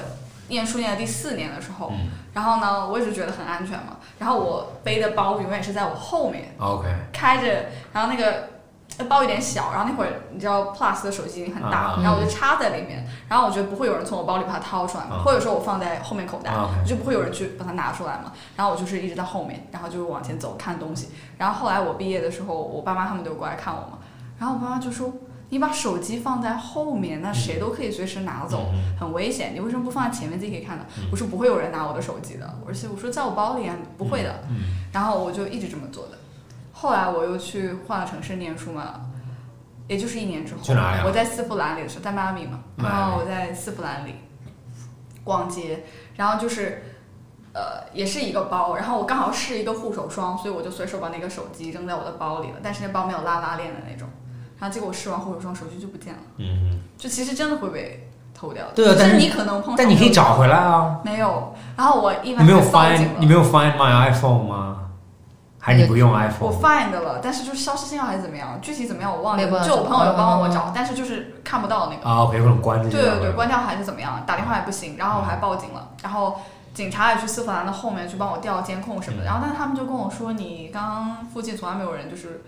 念书念到第四年的时候，嗯然后呢，我一直觉得很安全嘛，然后我背的包永远是在我后面 OK，开着，然后那个呃包有点小，然后那会儿你知道 Plus 的手机已经很大啊了，然后我就插在里面，然后我觉得不会有人从我包里把它掏出来嘛，啊或者说我放在后面口袋啊，OK，就不会有人去把它拿出来嘛。然后我就是一直在后面，然后就往前走看东西。然后后来我毕业的时候，我爸妈他们都过来看我嘛，然后我爸妈就说：“你把手机放在后面，那谁都可以随时拿走，嗯很危险。你为什么不放在前面自己可以看到？”我说：“不会有人拿我的手机的，而且我说在我包里啊，不会的。嗯然后我就一直这么做的。后来我又去换了城市念书嘛。也就是一年之后，去哪里啊我在丝芙兰里的时候，在迈阿密嘛，迈然阿密后我在丝芙兰里逛街，然后就是呃，也是一个包，然后我刚好试一个护手霜，所以我就随手把那个手机扔在我的包里了，但是那包没有拉拉链的那种，然后结果我试完护手霜，手机就不见了，嗯嗯，就其实真的会被偷掉的，对啊就但是你可能碰，但你可以找回来啊。没有，然后我一你般没有就报 find 警了你没有 find my iPhone 吗？还是你不用我 iPhone？ find 了，但是就是消失信号还是怎么样，具体怎么样我忘没办了，法就我朋友有帮我找找，但是就是看不到那个。啊，OK，可能关机对对了。对，关掉还是怎么样？打电话也不行，然后我还报警了，然后警察也去丝芙兰的后面去帮我调监控什么的，嗯然后但是他们就跟我说，你刚刚附近从来没有人就是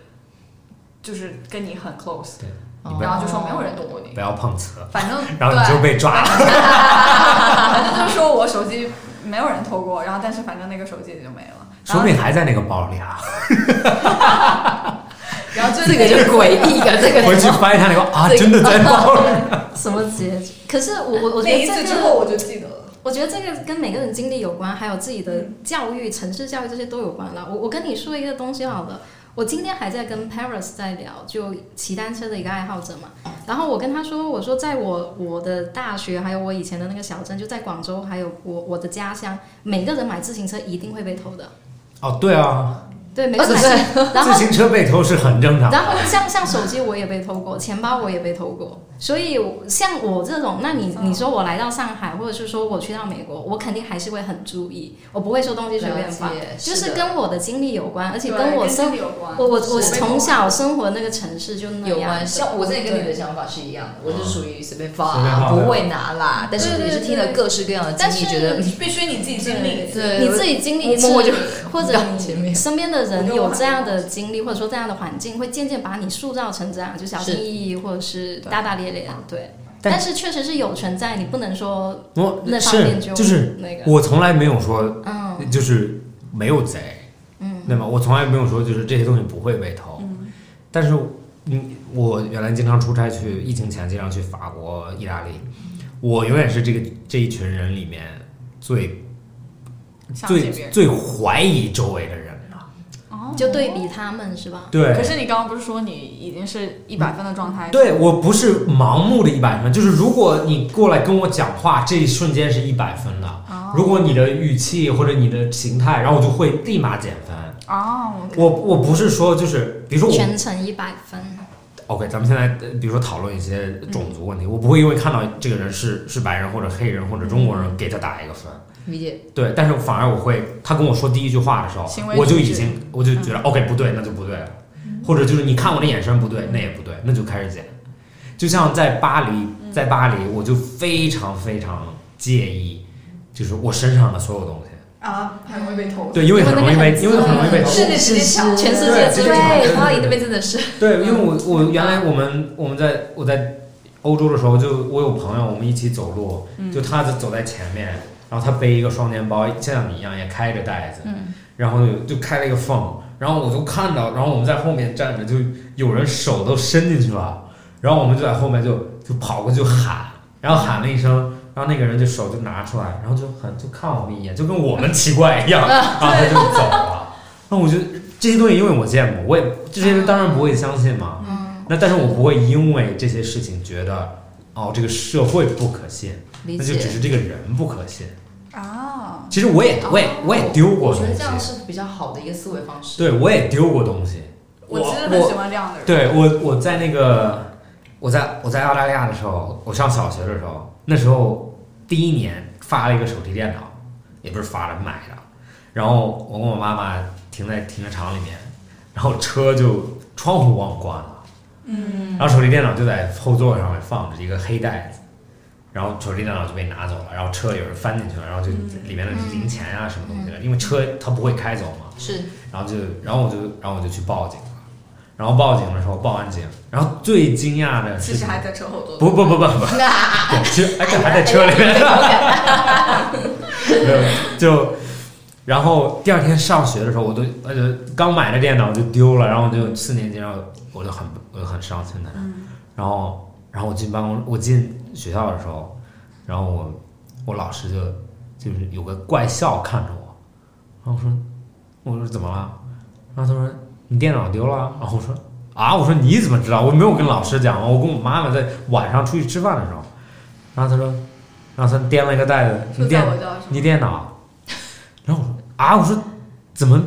就是跟你很 close，你不哦然要后就说没有人动过你不，要碰瓷，反正然后你就对，被抓了。反正 就是说我手机没有人偷过，然后但是反正那个手机也就没了，然说后不定还在那个包里啊，然后就这个就是诡异的，这个回去翻一下那个啊，这个真的在包里。什么结局？可是我我我觉那得一次这之个后我就记得了。我觉得这个跟每个人经历有关，还有自己的教育、城市教育这些都有关了。我我跟你说一个东西好了，我今天还在跟 Paris 在聊，就骑单车的一个爱好者嘛。然后我跟他说，我说在我我的大学，还有我以前的那个小镇，就在广州，还有我我的家乡，每个人买自行车一定会被偷的。哦，对啊，对，没二错十。岁然自后行车被偷是很正常的。然后像像手机我也被偷过，钱包我也被偷过，所以像我这种，那你你说我来到上海，或者是说我去到美国，我肯定还是会很注意，我不会说东西随便放了解，就是是的跟我的经历有关，而且对跟我经生历有关。我我是我被从偷小生活那个城市就那有啊样关，，像我这里跟你的对想法是一样的，我嗯是属于随随便便放，放的不会拿啦。但是对也是对听了对各式各样的经但历，是觉得嗯必须你自己经历一次。对你自己经历一次我我就，或者到前你面身边的人我就有忘了这样的经历，或者说这样的环境，会渐渐把你塑造成这样，就小心是翼翼，或者是对大大咧咧，对。但但是确实是有存在，你不能说我那方是面就就是那个，我从来没有说嗯，就是没有贼，嗯，对吗？我从来没有说就是这些东西不会被偷，但是嗯，我原来经常出差去，疫情前经常去法国、意大利，我永远是这个这一群人里面最相信最别人最怀疑周围的人了。哦，就对比他们是吧？对，可是你刚刚不是说你已经是一百分的状态？对我不是盲目的一百分，就是如果你过来跟我讲话，这一瞬间是一百分的。如果你的语气或者你的形态，然后我就会立马减分。哦，我我不是说就是，比如说我全程一百分， OK，咱们现在呃比如说讨论一些种族问题，我不会因为看到这个人是是白人或者黑人或者中国人给他打一个分。理解。对，但是反而我会，他跟我说第一句话的时候行为，我就举已止嗯经我就觉得、OK 不对，那就不对了，或者就是你看我的眼神不对，那也不对，那就开始减。就像在巴黎，在巴黎我就非常非常介意，就是我身上的所有东西，啊，很容易被投。对，因为很容易被，因为很容易被偷。是的，是的，全世界对之这个类。对对，巴黎那边真的是， 对，因为我我原来我们我们在我在欧洲的时候就，我有朋友，我们一起走路，就他走在前面，然后他背一个双肩包，像你一样也开着袋子，然后就就开了一个缝，然后我就看到，然后我们在后面站着，就有人手都伸进去了，然后我们就在后面就就跑过去就喊，然后喊了一声。然后那个人就手就拿出来，然后就很就看我们一眼，就跟我们奇怪一样，然后他就走了。 那我就这些东西，因为我见过，我也这些人当然不会相信嘛。嗯那但是我不会因为这些事情觉得，哦，这个社会不可信，理那就只解。是这个人不可信。啊，其实我也，我也，我也丢过哦我东觉得这样西，是比较好的一个思维方式。对我也丢过东西。我我其实很喜我欢这样的人。对我我在那个我在我在澳大利亚的时候，我上小学的时候，那时候第一年发了一个手提电脑，也不是发了买的，然后我跟我妈妈停在停车场里面，然后车就窗户忘关了。嗯，然后手提电脑就在后座上面放着一个黑袋子，然后手提电脑就被拿走了，然后车有人翻进去了，然后就里面的零钱啊什么东西嗯的，因为车它不会开走嘛，是然后就然后我就然后我就去报警了，然后报警的时候报完警，然后最惊讶的其是实还在车后座。不不不不不，对，其实而且还在车里面，没有就。然后第二天上学的时候，我都呃刚买的电脑就丢了，然后就四年级，然后我就很我就很伤心的。然后然后我进办公，我进学校的时候，然后我我老师就就是有个怪笑看着我，然后我说我说怎么了？然后他说你电脑丢了啊。然后我说啊，我说你怎么知道？我没有跟老师讲啊，我跟我妈妈在晚上出去吃饭的时候，然后他说，然后他掂了一个袋子，你就在电我家是吗你电脑，然后我说啊，我说怎么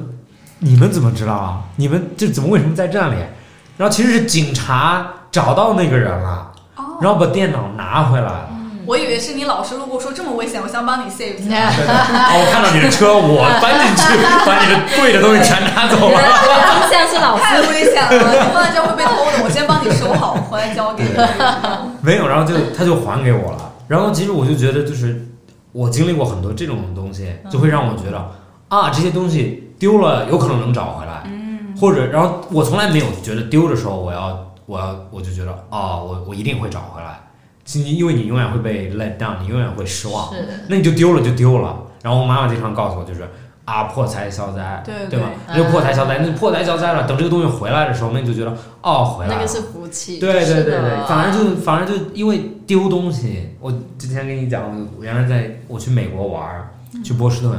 你们怎么知道啊？你们这怎么为什么在这里？然后其实是警察找到那个人了，哦，然后把电脑拿回来了。我以为是你老师路过说这么危险，我想帮你 save 一下。对对哦，我看到你的车，我搬进去，把你的贵的东西全拿走了。方向是老太危险 了，你放在这会被偷的。我先帮你收好，回来交给你。没有，然后就他就还给我了。然后其实我就觉得，就是我经历过很多这种东西，就会让我觉得啊，这些东西丢了有可能能找回来，嗯，或者然后我从来没有觉得丢的时候我要我要我就觉得啊，我我一定会找回来。其实因为你永远会被 let down，你永远会失望，是的，那你就丢了就丢了。然后我妈妈经常告诉我，就是啊，破财消灾，对对吧？对那就破财消灾，那就破财消灾了。等这个东西回来的时候，那你就觉得哦，回来了。那个是福气，对对对是的对，反而就反而就因为丢东西，我之前跟你讲，我原来在我去美国玩儿，去波士顿，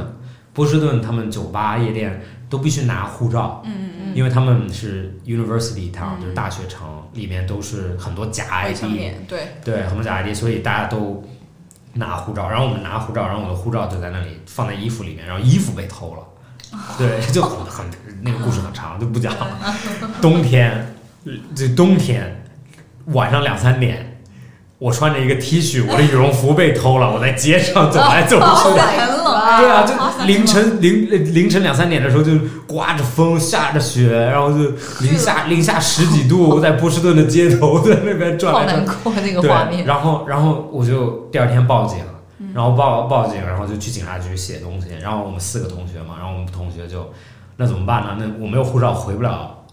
波士顿他们酒吧夜店都必须拿护照，嗯嗯，因为他们是 university town，、就是大学城，里面都是很多假 ID，对，对，很多假 ID，所以大家都拿护照，然后我们拿护照，然后我的护照就在那里放在衣服里面，然后衣服被偷了，对，就很很那个故事很长，就不讲了。冬天，这冬天晚上两三点，我穿着一个 T 恤，我的羽绒服被偷了，我在街上走来走去。很冷啊。对啊，就凌晨凌凌晨两三点的时候，就刮着风，下着雪，然后就零下零下十几度，我在波士顿的街头在那边转好来转去难。过那个对，画面。然后，然后我就第二天报警，然后报报警，然后就去警察局写东西。然后我们四个同学嘛，然后我们同学就那怎么办呢？那我没有护照，回不了，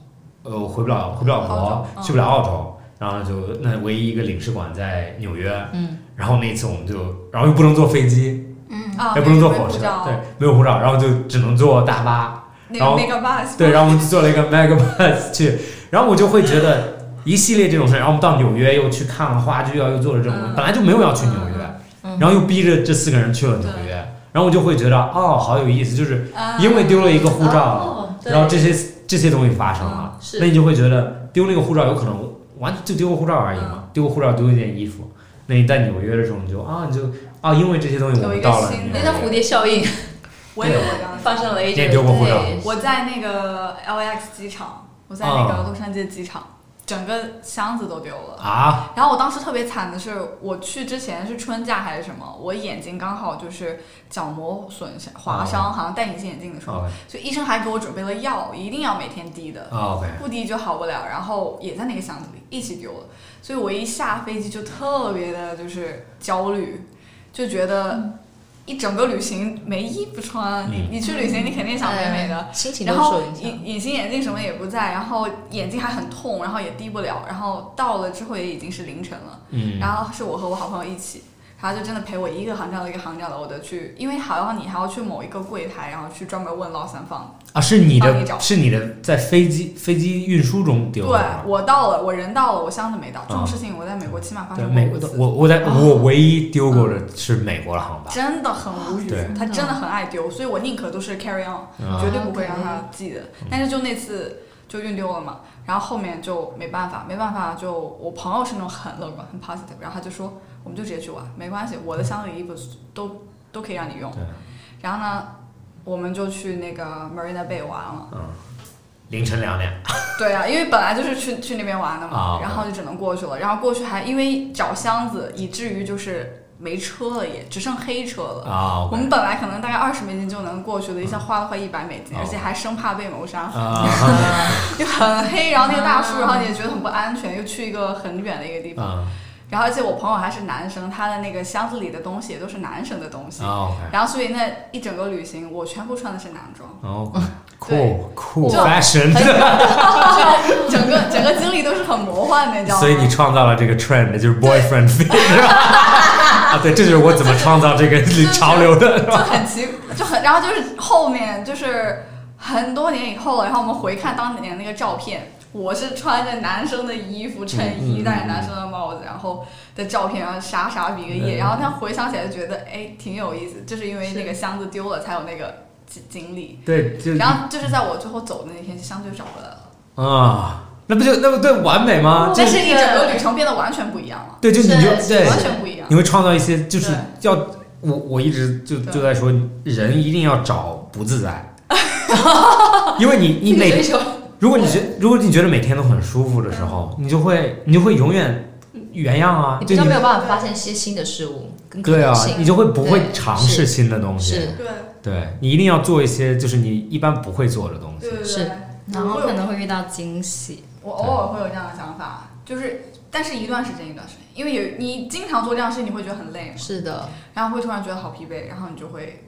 呃，我回不了，回不了澳国，去不了澳洲。然后就那唯一一个领事馆在纽约，嗯，然后那次我们就，然后又不能坐飞机，嗯啊，也不能坐没火车，护照对，没有护照，然后就只能坐大巴，那然后个那个 bus，对，然后我们就做了一个 mega bus 去，然后我就会觉得一系列这种事，然后我们到纽约又去看了话剧啊，又做了这种，嗯本来就没有要去纽约，然后又逼着这四个人去了纽约，呃嗯然后我就会觉得哦，好有意思，就是因为丢了一个护照，哦，然后这些这些东西发生了，嗯是那你就会觉得丢那个护照有可能完就丢个护照而已嗯嘛，丢个护照丢一件衣服。那你在纽约的时候，你就啊，你就啊，因为这些东西我有一们个到了新纽那的叫蝴约，蝶效应，我也有过这样的发生了一你也阵丢过护照对 我在那个 LAX 机场，我在那个哦洛杉矶机场，整个箱子都丢了。啊，然后我当时特别惨的是，我去之前是春假还是什么，我眼睛刚好就是角膜损伤、啊划伤，好像戴隐形眼镜的时候， OK 所以医生还给我准备了药，一定要每天滴的，啊 OK，不滴就好不了。然后也在那个箱子里一起丢了，所以我一下飞机就特别的就是焦虑，就觉得一整个旅行没衣服穿，你嗯你去旅行你肯定想美呃美哎的，嗯心情都然后受影响隐。隐形眼镜什么也不在，然后眼睛还很痛，然后也滴不了，然后到了之后也已经是凌晨了，嗯，然后是我和我好朋友一起，他就真的陪我一个航站楼一个航站楼的去，因为好像你还要去某一个柜台，然后去专门问 Lost and Found。啊，是你帮你找的，是你的，在飞机飞机运输中丢对的。我到了，我人到了，我箱子没到，这种啊事情我在美国起码发对，生过美五国的，次，啊嗯我我在我唯一丢过的是美国的航班，真的很无语对，他真的很爱丢，所以我宁可都是 carry on。啊绝对不会让他记得。但是就那次就运丢了嘛，然后后面就没办法，没办法就我朋友是那种很乐观、很 positive，然后他就说我们就直接去玩，没关系，我的箱子里衣服都都可以让你用对。然后呢，我们就去那个 Marina Bay 玩了。嗯，凌晨两点对啊，因为本来就是去去那边玩的嘛，啊然后就只能过去了。然后过去还因为找箱子，以至于就是没车了也，只剩黑车了。啊我，OK，们本来可能大概二十美金就能过去的，一下花了快一百美金，哦而且还生怕被谋杀，啊就很黑。然后那个大 叔，然后你也觉得很不安全，又去一个很远的一个地方。啊然后而且我朋友还是男生，他的那个箱子里的东西也都是男生的东西。啊，OK，然后所以那一整个旅行，我全部穿的是男装，哦嗯对，cool cool 就 fashion，就整个整个经历都是很魔幻的，你知道吗？所以你创造了这个 trend，就是 boyfriend fit 啊，对，这就是我怎么创造这个是潮流的， 就很奇，就很，然后就是后面就是很多年以后了，然后我们回看当年那个照片，我是穿着男生的衣服、衬嗯嗯衣，嗯戴着男生的帽子，然后的照片，然后傻傻比个耶，然后那回想起来就觉得，哎，挺有意思，就是因为那个箱子丢了才有那个经经历，对，就然后就是在我最后走的那天，就相对找回来了，啊，那不就那不对完美吗？就但是一整个旅程变得完全不一样了，对，就你就对对，完全不一样你。会创造一些，就是对要我我一直就对就在说，人一定要找不自 在，因为你你每如果你觉如果你觉得每天都很舒服的时候，你就会你就会永远原样啊，你比就较没有你办法发现一些新的事物跟可对啊能性，你就会不会对尝试新的东西是，对对你一定要做一些就是你一般不会做的东西对，对是对，然后可能会遇到惊喜，我偶尔会有这样的想法，就是但是一段时间一段时间，因为有你经常做这样的事，情，你会觉得很累嘛，是的，然后会突然觉得好疲惫，然后你就会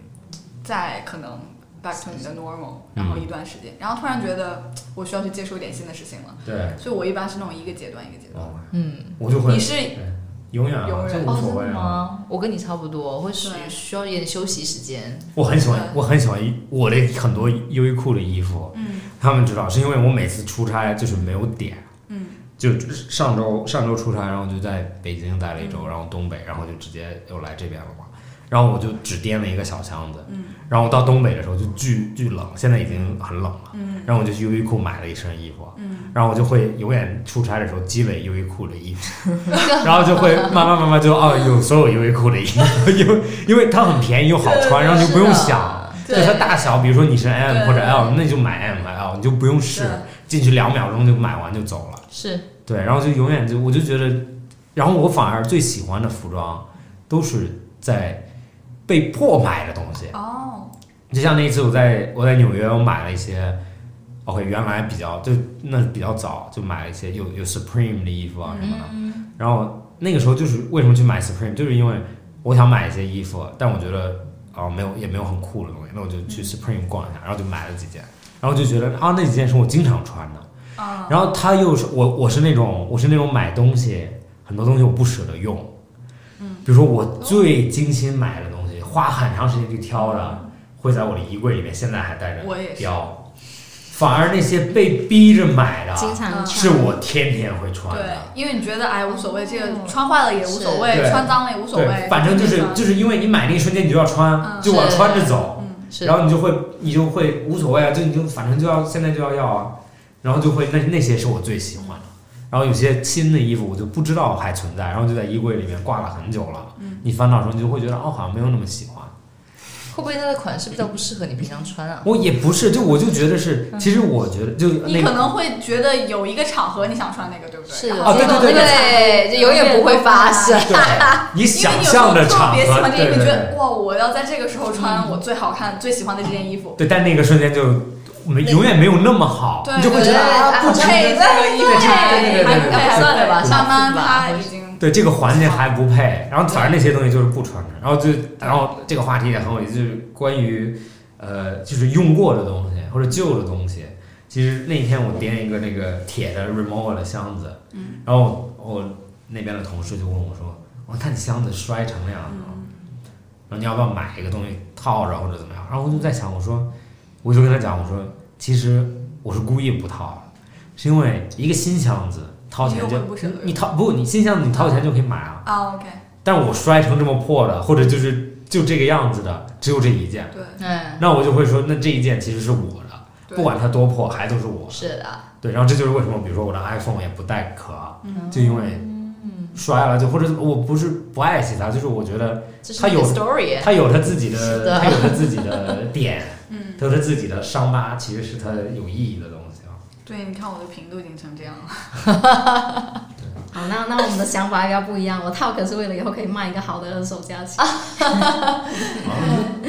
再可能 back to 你的 normal，然后一段时嗯间，然后突然觉得我需要去接触一点新的事情了，对，所以我一般是那种一个阶段一个阶段。哦嗯，我就会你是永远啊永远这无哦，所真谓的啊，吗？我跟你差不多，会需对需要一点休息时间，我很喜欢对我很喜欢衣我的很多优衣库的衣服，嗯他们知道，是因为我每次出差就是没有点，嗯，就上周上周出差，然后就在北京待了一嗯周，然后东北，然后就直接又来这边了嘛，然后我就只掂了一个小箱子，嗯，然后我到东北的时候就巨巨冷，现在已经很冷了，嗯然后我就去优衣库买了一身衣服，嗯，然后我就会永远出差的时候积累优衣库的衣服，然后就会慢慢慢慢就哦有所有优衣库的衣服，因为因为它很便宜又好穿，然后你就不用是的想。就对它大小，比如说你是 M 对或者 L，那你就买 M 买 L，你就不用试对，进去两秒钟就买完就走了。是对，然后就永远就我就觉得，然后我反而最喜欢的服装都是在被迫买的东西，哦，就像那一次我在我在纽约，我买了一些，OK，原来比较就那比较早就买了一些有有 Supreme 的衣服啊什么的，嗯然后那个时候就是为什么去买 Supreme，就是因为我想买一些衣服，但我觉得啊、没有也没有很酷的东西，那我就嗯去 Supreme 逛一下，然后就买了几件，然后就觉得啊那几件是我经常穿的，啊，然后他又是我，我是那种我是那种买东西，很多东西我不舍得用，嗯，比如说我最精心买的东西，花很长时间去挑的，会在我的衣柜里面，现在还带着我也是标，反而那些被逼着买的，啊经常嗯穿是我天天会穿对的，，因为你觉得哎无所谓，这哦个穿坏了也无所谓是对，穿脏了也无所对谓，反正就是反正就是因为你买那一瞬间你就要穿，嗯就我要是穿着走，嗯是然后你就会你就会无所谓啊，就你就反正就要现在就要要啊，然后就会那那些是我最喜欢的，然后有些新的衣服我就不知道还存在，然后就在衣柜里面挂了很久了，嗯你翻到的时候你就会觉得哦好像没有那么喜欢，会不会它的款式比较不适合你平常穿啊？我也不是，就我就觉得是，其实我觉得就那嗯你可个。能会觉得有一个场合你想穿那个，对不对？是然有后哦对结果对对那个对场合就永远不会发生对，你 因为想你有时候象的特场别喜合，欢这对件衣对服，觉对得，哇，我要在这个时候穿我最好看、最喜欢的这件衣服，对，但那个瞬间就没永远没有那么好，对你就会觉对得啊，还不不值配得配这个衣服，对对对对对还对对不配，还对不对配吧慢慢下次吧它或已者经对这个环节还不配，然后反正那些东西就是不传承，然后就然后这个话题也很有意思，就是关于呃就是用过的东西或者旧的东西。其实那天我掂一个那个铁的 Remova 的箱子，嗯然后我我那边的同事就问我说：“我看你箱子摔成那样子了，嗯然后你要不要买一个东西套着或者怎么样？”然后我就在想，我说我就跟他讲，我说其实我是故意不套的，是因为一个新箱子掏钱就你又不舍得你掏不你新箱子你掏钱就可以买啊，啊，OK，但我摔成这么破的，或者就是就这个样子的，只有这一件，对嗯，那我就会说，那这一件其实是我的，对，不管它多破，还都是我的。是的，对，然后这就是为什么，比如说我的 iPhone 也不带壳，就因为摔了，就或者我不是不爱惜它，就是我觉得这是它一有个 story，它有它自己的，的它有它自己的点，嗯，它有它自己的伤疤，其实是它有意义的东西啊。对，你看我的屏都已经成这样了，好，那那我们的想法应该不一样。我套可是为了以后可以卖一个好的二手啊价钱。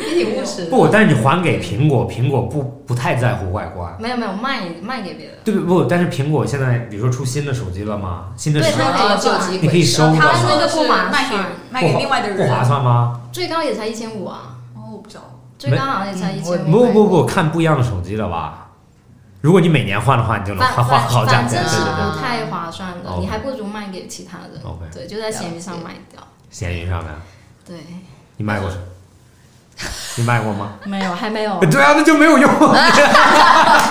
一挺务实的。不，但是你还给苹果，苹果不不太在乎外观。 没有没有，卖卖给别人。对不不，但是苹果现在比如说出新的手机了嘛，新的对手它啊就有机你可以会收上的它嘛那个不划卖给算，卖给另外的不人，划算吗？最高也才一千五啊，哦，我不知道，最高好像也才一千五。哎不不不，看不一样的手机了吧？如果你每年换的话，你就能反换换好价反钱，正是对对对。不太划算的， OK 你还不如卖给其他人。哦 OK 对，就在闲鱼上卖掉。闲鱼上面，对，你卖过什么？你卖过 吗？，没有还没有对啊，那就没有用。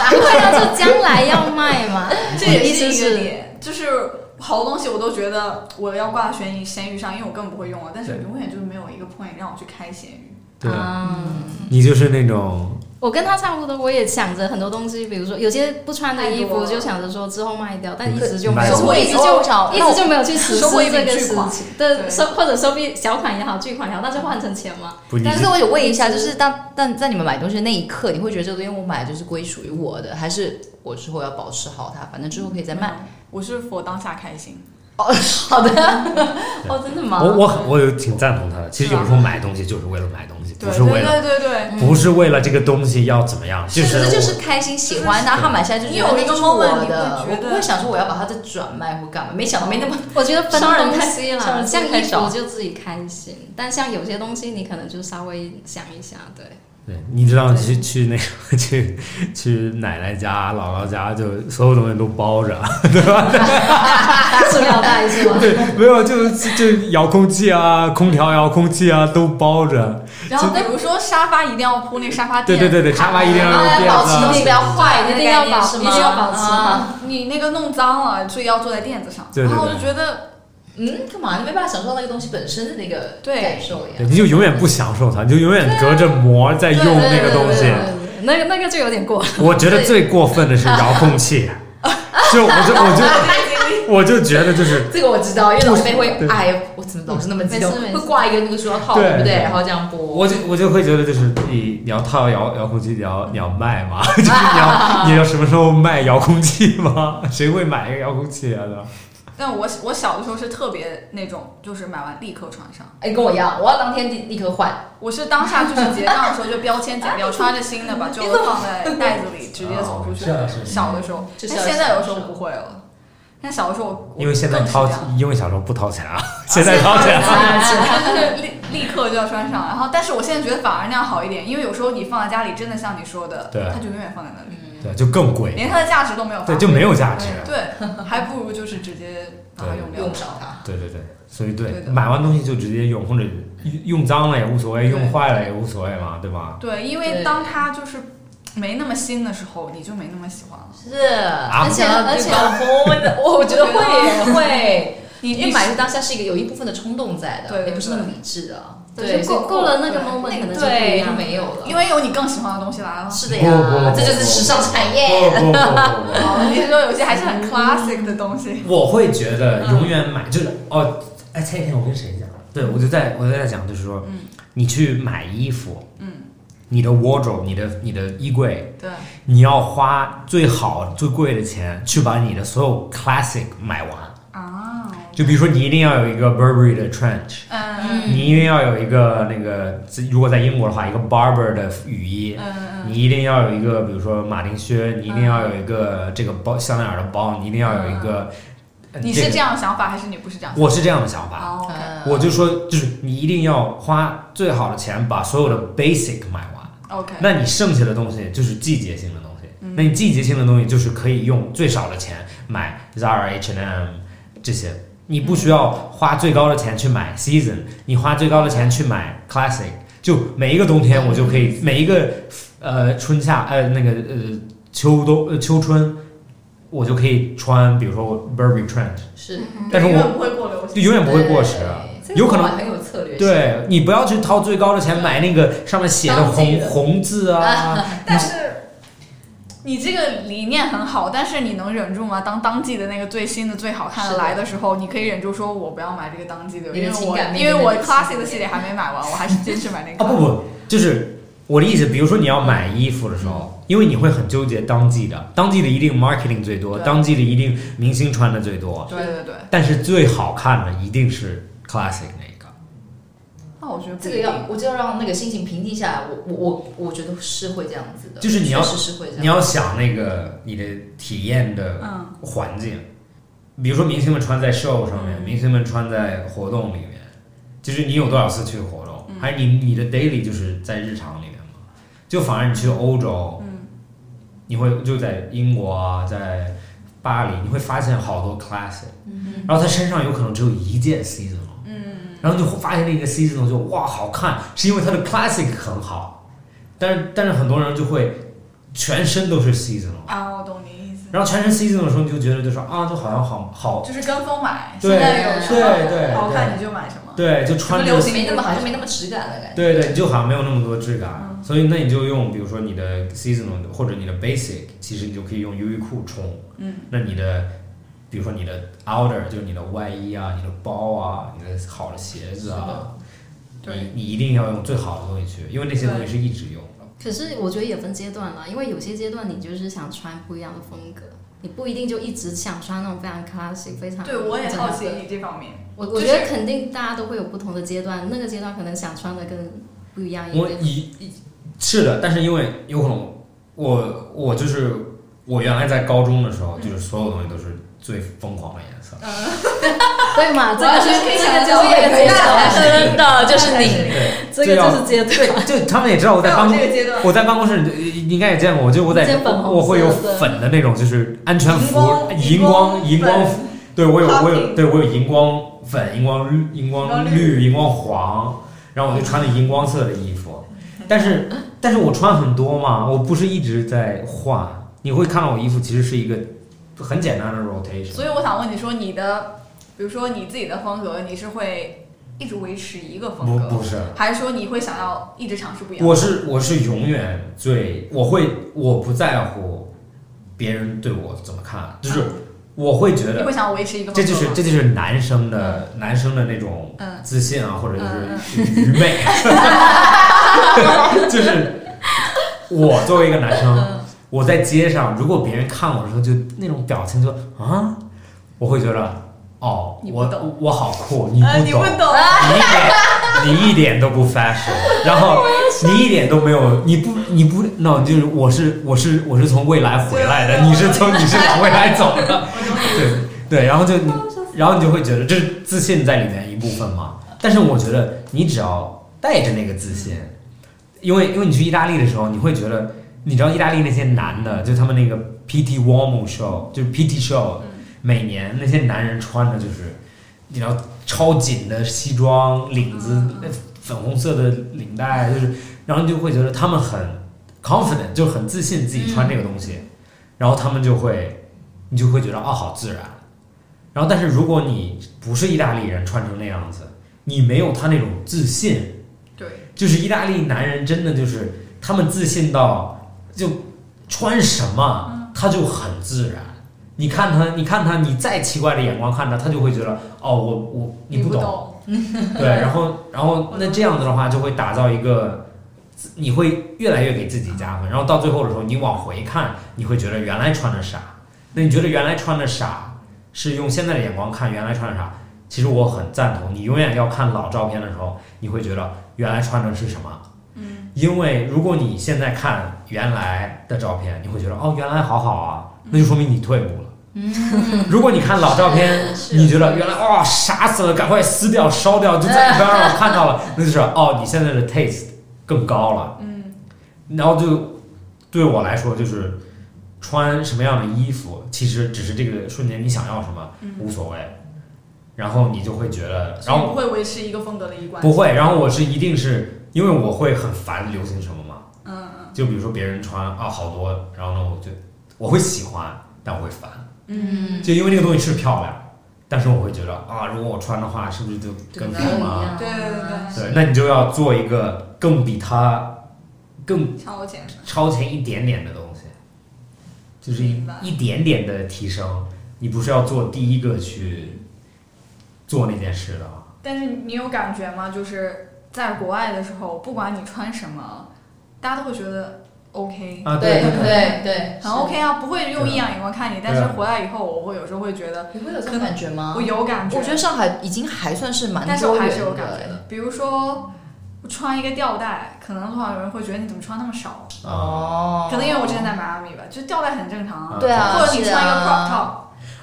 对啊，就将来要卖嘛。这也意是思一个是，点，就是好多东西我都觉得我要挂闲鱼闲鱼上，因为我根本不会用啊，但是对永远就是没有一个 point 让我去开闲鱼。 对，啊嗯，你就是那种我跟他差不多，我也想着很多东西，比如说有些不穿的衣太多服，了就想着说之后卖掉，但嗯一直就没买有，过我一直就我想一直就没有去实施收过一笔这个巨事款情。对，对收或者收笔小款也好，巨款也好，那就换成钱嘛。不，你但是是我想问一下，就是当但在你们买东西的那一刻，你会觉得这个东西我买就是归属于我的，还是我之后要保持好它，反正之后可以再卖？嗯我是否当下开心？哦，好的，哦，真的吗？我我我有挺赞同他的。其实有时候买东西就是为了买东西，对不是对为了对对对，不是为了这个东西要怎么样，就是是的就我是开心喜欢，然后他买下来就觉得你有一个那就是我 moment 的，你会我觉得不会想说我要把它再转卖或干嘛，没想到没那么我觉得分商人东太西商啦，人像衣太少服就自己开心，但像有些东西你可能就稍微想一下，对。对，你知道去去那个去去奶奶家、姥姥家，就所有东西都包着，塑料袋是吗？对， 没有就就遥控器啊、空调遥控器啊都包着， 然后比如说沙发一定要铺那个沙发对垫，对对对，沙发一定要用哎保持东垫西不子要啊，坏，一定要保是一吗？定要保持好。啊。你那个弄脏了，所以要坐在垫子上。对对对然后我就觉得， 嗯，干嘛？你没办法享受到那个东西本身的那个对感受呀对，。你就永远不享受它，你就永远隔着膜在用那个东西对。对对对那个那个就有点过了。我觉得最过分 的是遥控器，就我就我就我就觉得就是这个我知道，因为老师辈对会，哎呀，我怎么老是那么激动没事没，事会挂一个那个塑料套，对对不对？对然后这样播。我就我就会觉得，就是你你要套遥遥控器，你要你要卖 吗？就是你要你要什么时候卖遥控器吗？ 谁会买一个遥控器啊？对吧？但我我小的时候是特别那种，就是买完立刻穿上。哎，跟我一样，我要当天立立刻换。我是当下就是结账的时候就标签剪掉，穿着新的 把旧的放在袋子里，直接走出哦是去的是的。小的时候，就但是现在有时候不会了。但小的时候我，我因为现在更是掏这样，因为小时候不掏钱啊， 现在掏 钱当了。然啊就是立立刻就要穿上。然后，但是我现在觉得反而那样好一点，因为有时候你放在家里，真的像你说的，对它就永远放在那里，对，就更贵，连它的价值都没有发挥。对，就没有价值。对，还不如就是直接把它用掉。用不着它。对对对，所以对对，的买完东西就直接用，或者用脏了也无所谓，对用坏了也无所谓嘛，对吧？对，因对为当它就是没那么新的时候，你就没那么喜欢了。是，啊而且对吧而且，我我我觉得会会，你因为买是当下是一个有一部分的冲动在的，对对啊也不是那么理智的。对，就过过过了那个对 moment 可能就不一对，就样没有了。因为有嗯你更喜欢的东西来了。是的不不呀，不这就是时尚产业。不不不不不哦，你是说有些还是很 classic 的东西？我会觉得嗯永远买就是哦，哎，前几天我跟谁讲？对，我就在我就在讲，就是说，嗯你去买衣服，嗯，你的 wardrobe，你的你的衣柜，对，你要花最好最贵的钱去把你的所有 classic 买完。啊，就比如说，你一定要有一个 Burberry 的 trench，嗯你一定要有一个那个，如果在英国的话，一个 Barber 的雨衣，嗯你一定要有一个，比如说马丁靴，你一定要有一个这个包香奈儿的包，你一定要有一个。呃嗯，你是个这样的想法还是你不是这样想我是这样的想法？法，哦，OK，我就说，就是你一定要花最好的钱把所有的 basic 买完， OK，那你剩下的东西就是季节性的东西。那你季节性的东西就是可以用最少的钱买 Zara、H&M 这些，你不需要花最高的钱去买 season，你花最高的钱去买 classic，就每一个冬天我就可以，每一个呃春夏呃那个呃秋冬呃秋春，我就可以穿，比如说我 Burberry trend，是，但是永我远不会过流行。就永远不会过时。对有可能这个方法很有策略性。对你不要去掏最高的钱买那个上面写的当季红的红字啊，但是你这个理念很好，但是你能忍住吗？当当季的那个最新的、最好看是的的来的时候，你可以忍住说我不要买这个当季的，你因的为情我感面因为对我那个 classic 情的感系列还没买完，我还是坚持买那啊个。不不，就是我的意思，比如说你要买衣服的时候，因为你会很纠结当季的，当季的一定 marketing 最多，对当季的一定明星穿的最多，对对对，但是最好看的一定是 classic 那个。那我觉得不这一个定要，我就要让那个心情平静下来。我我我我觉得是会这样子的，就是你要确实是会这样。你要想那个你的体验的嗯环境，比如说明星们穿在 show 上面，明星们穿在活动里面，就是你有多少次去活动，还是你你的 daily 就是在日常里面嘛？就反而你去欧洲，你会就在英国啊，在巴黎，你会发现好多 classic，然嗯后他身上有可能只有一件 seasonal。然后你就发现那个 seasonal 就哇好看，是因为它的 classic 很好，但是但是很多人就会全身都是 seasonal，啊，我懂你意思，然后全身 season 的时候，你就觉得就是啊，就好像好好，就是跟风买，对现在有什对对么好看对你就买什么。对，就什么穿流着，行没那么好像没那么质感了，感觉。对对，你就好像没有那么多质感，所以那你就用，比如说你的 seasonal 或者你的 basic，其实你就可以用优衣库冲，嗯，那你的，比如说你的 outer 就是你的外衣啊，你的包啊，你的好的鞋子啊，对你你一定要用最好的东西去，因为那些东西是一直用的。可是我觉得也分阶段啊了，因为有些阶段你就是想穿不一样的风格，你不一定就一直想穿那种非常 classic、非常对，我也怎么好样奇的你这方面。我就我是觉得肯定大家都会有不同的阶段，那个阶段可能想穿的更不一样一我点。以以是的，但是因为有可能我我就是我原来在高中的时候，就是所有东西都是最疯狂的颜色，对嘛？这我个要就是是可以这想个象就是我也可以想象真的就是你，对，这个就是阶段。就他们也知道我在到办公这，个阶段，我在办公室你你应该也见过，我就我一在件粉红色的我会有粉的那种，就是安全服、荧光荧光粉服，对我有我有 Popping 对我有荧光粉、荧光绿、荧光绿、荧光黄，然后我就穿的荧光色的衣服，但是但是我穿很多嘛，我不是一直在换，你会看到我衣服其实是一个很简单的 rotation，所以我想问你说，你的，比如说你自己的风格，你是会一直维持一个风不格，不是，还是说你会想要一直尝试不一样的？我是我是永远最我会我不在乎别人对我怎么看，就是我会觉你得会想要维持一个这风格就是吗这就是男生的男生的那种嗯自信啊，或者嗯就是愚昧， 就是我作为一个男生，嗯我在街上如果别人看我的时候，就那种表情就啊，我会觉得哦，你不我懂我好酷，你呃，你不不懂。懂，你一点， 你一点都不 fashion，然后你一点都没有，你不，你不，no，就是我是我是我是从未来回来的，对你是从你是往未来走的，对对，然后就你，然后你就会觉得这是自信在里面一部分嘛。但是我觉得你只要带着那个自信，因为因为你去意大利的时候，你会觉得，你知道意大利那些男的，就他们那个 PT Warm Show，就是 PT Show，每年那些男人穿的就是，你知道超紧的西装，领子、呃粉红色的领带，就是，然后你就会觉得他们很 confident，就是很自信自己穿这个东西，然后他们就会，你就会觉得哦，好自然。然后，但是如果你不是意大利人，穿成那样子，你没有他那种自信，就是意大利男人真的就是他们自信到就穿什么他就很自然。你看他，你看他，你再奇怪的眼光看他，他就会觉得哦，我我你不不懂，， 对，然后然后那这样子的话，就会打造一个，你会越来越给自己加分，然后到最后的时候，你往回看，你会觉得原来穿的傻，那你觉得原来穿的傻是用现在的眼光看原来穿的傻，其实我很赞同，你永远要看老照片的时候，你会觉得原来穿的是什么。嗯，因为如果你现在看原来的照片，你会觉得哦，原来好好啊，那就说明你退步了。嗯，如果你看老照片，是是你觉得原来哇、傻死了，赶快撕掉、烧掉，就再也不要让我看到了，那就是哦，你现在的 taste 更高了。嗯，然后就对我来说，就是穿什么样的衣服，其实只是这个瞬间你想要什么无所谓，然后你就会觉得，然后不会维持一个风格的一贯不会，然后我是一定是因为我会很烦流行什么嘛，嗯就比如说别人穿啊好多，然后呢我就我会喜欢，但我会烦，嗯，就因为那个东西是漂亮。但是我会觉得啊，如果我穿的话，是不是就就更跟什大家不一么啊？样，对嗯对对对，那你就要做一个更比它更超前的，超前一点点的东西，就是一明白一点点的提升。你不是要做第一个去做那件事的吗？但是你有感觉吗？就是在国外的时候，不管你穿什么，大家都会觉得 OK，啊，对对对对，很 OK 啊，不会用异样眼光看你。但是对啊回来以后，我会有时候会觉得你会有这种感觉吗我？有感觉，我觉得上海已经还算是蛮但是多我元还的是有感觉的。比如说，我穿一个吊带，可能的话有人会觉得你怎么穿那么少？对啊，哦，可能因为我之前在迈阿密吧，就吊带很正常啊啊。对啊，或者你穿一个 crop 是啊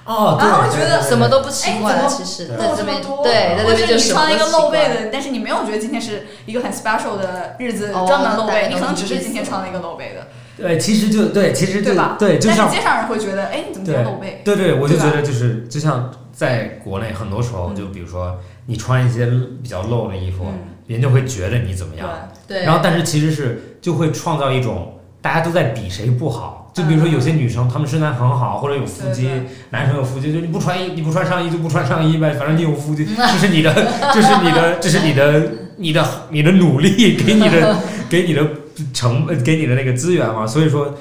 top，哦，对，然后我觉得什么都不奇怪哎了，怎其实对在露这这么边多，对，在或这者边就你什么穿都一个奇露背怪，的，但是你没有觉得今天是一个很 special 的日子，哦专门露背，大家都你可能是只是今天意思穿了一个露背的，对，其实就对，其实就对吧？对，就但像是街上人会觉得，哎，你怎么今天露背？对对，我就对觉吧得就是就像在国内，很多时候就比如说你穿一些比较露的衣服，嗯，人家会觉得你怎么对样，，对，然后但是其实是就会创造一种大家都在比谁不好，就比如说有些女生她们身材很好，或者有腹肌嗯对对，男生有腹肌，就你不穿衣你不穿上衣就不穿上衣呗，反正你有 腹肌，这是你的，这是你的，这是你的你的你的努力给你的 给你的成呃给你的那个资源嘛，所以说。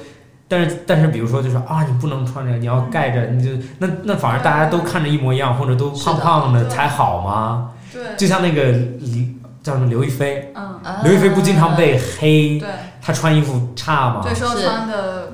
但是但是，比如说就是啊，你不能穿着，你要盖着，你就那那反而大家都看着一模一样，或者都是的胖胖的对才好吗？对，就像那个李叫什么刘亦菲，嗯，刘亦菲不经常被黑，对，她穿衣服差吗对，？说是穿的，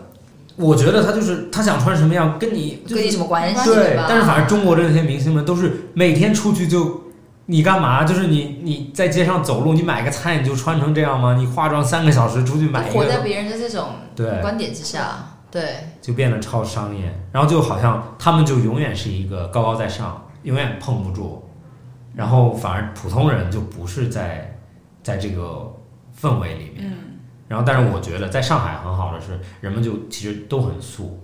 我觉得她就是她想穿什么样，跟你就跟你什么关系？对吧？，但是反正中国的那些明星们都是每天出去就。你干嘛？就是你，你在街上走路，你买个菜你就穿成这样吗？你化妆三个小时出去买就一活在个，别人的这种对，观点之下，对，就变得超商业。然后就好像他们就永远是一个高高在上，永远碰不住。然后反而普通人就不是在在这个氛围里面。嗯，然后，但是我觉得在上海很好的是，人们就其实都很素，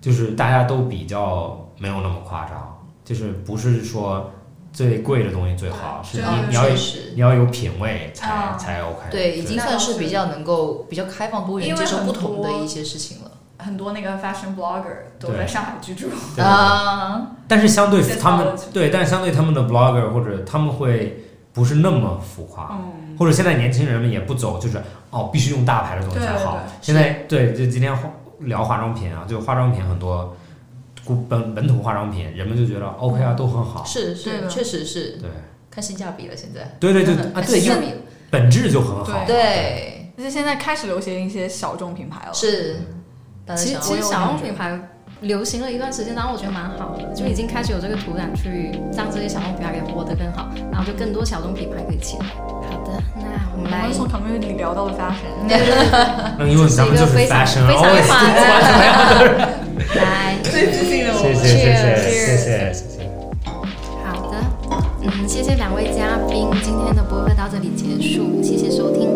就是大家都比较没有那么夸张，就是不是说最贵的东西最好，是对你嗯你要确有实。你要有品味才、啊才 OK。对，已经那算倒是是比较能够比较开放多元，因接为受很不同的多一些事情了很多那个 fashion blogger 都对在上海居住，对啊。但是相对在他们讨论区对，但是相对他们的 blogger 或者他们会不是那么浮夸，嗯，或者现在年轻人们也不走，就是哦，必须用大牌的东西才好。对对对现在对，就今天化聊化妆品啊，就化妆品很多，古本本土化妆品，人们就觉得 OK 啊，都很好。对是是，的确实是对，看性价比了。现在对对对真的啊，看对，性因为价比了本质就很好。对而且现在开始流行一些小众品牌了，是，大家其实想其要实小众品牌流行了一段时间，然后我觉得蛮好的，就已经开始有这个土壤去让这些小众品牌给活得更好，然后就更多小众品牌可以起来。好的，那我我们来们。从 community 聊到了 fashion，那嗯因为咱们这就是一个非是常 fashion，非常 always 好的穿什么样的人。 来，最自信的谢谢谢谢谢谢谢谢。好的，嗯，谢谢两位嘉宾，今天的播客到这里结束，谢谢收听。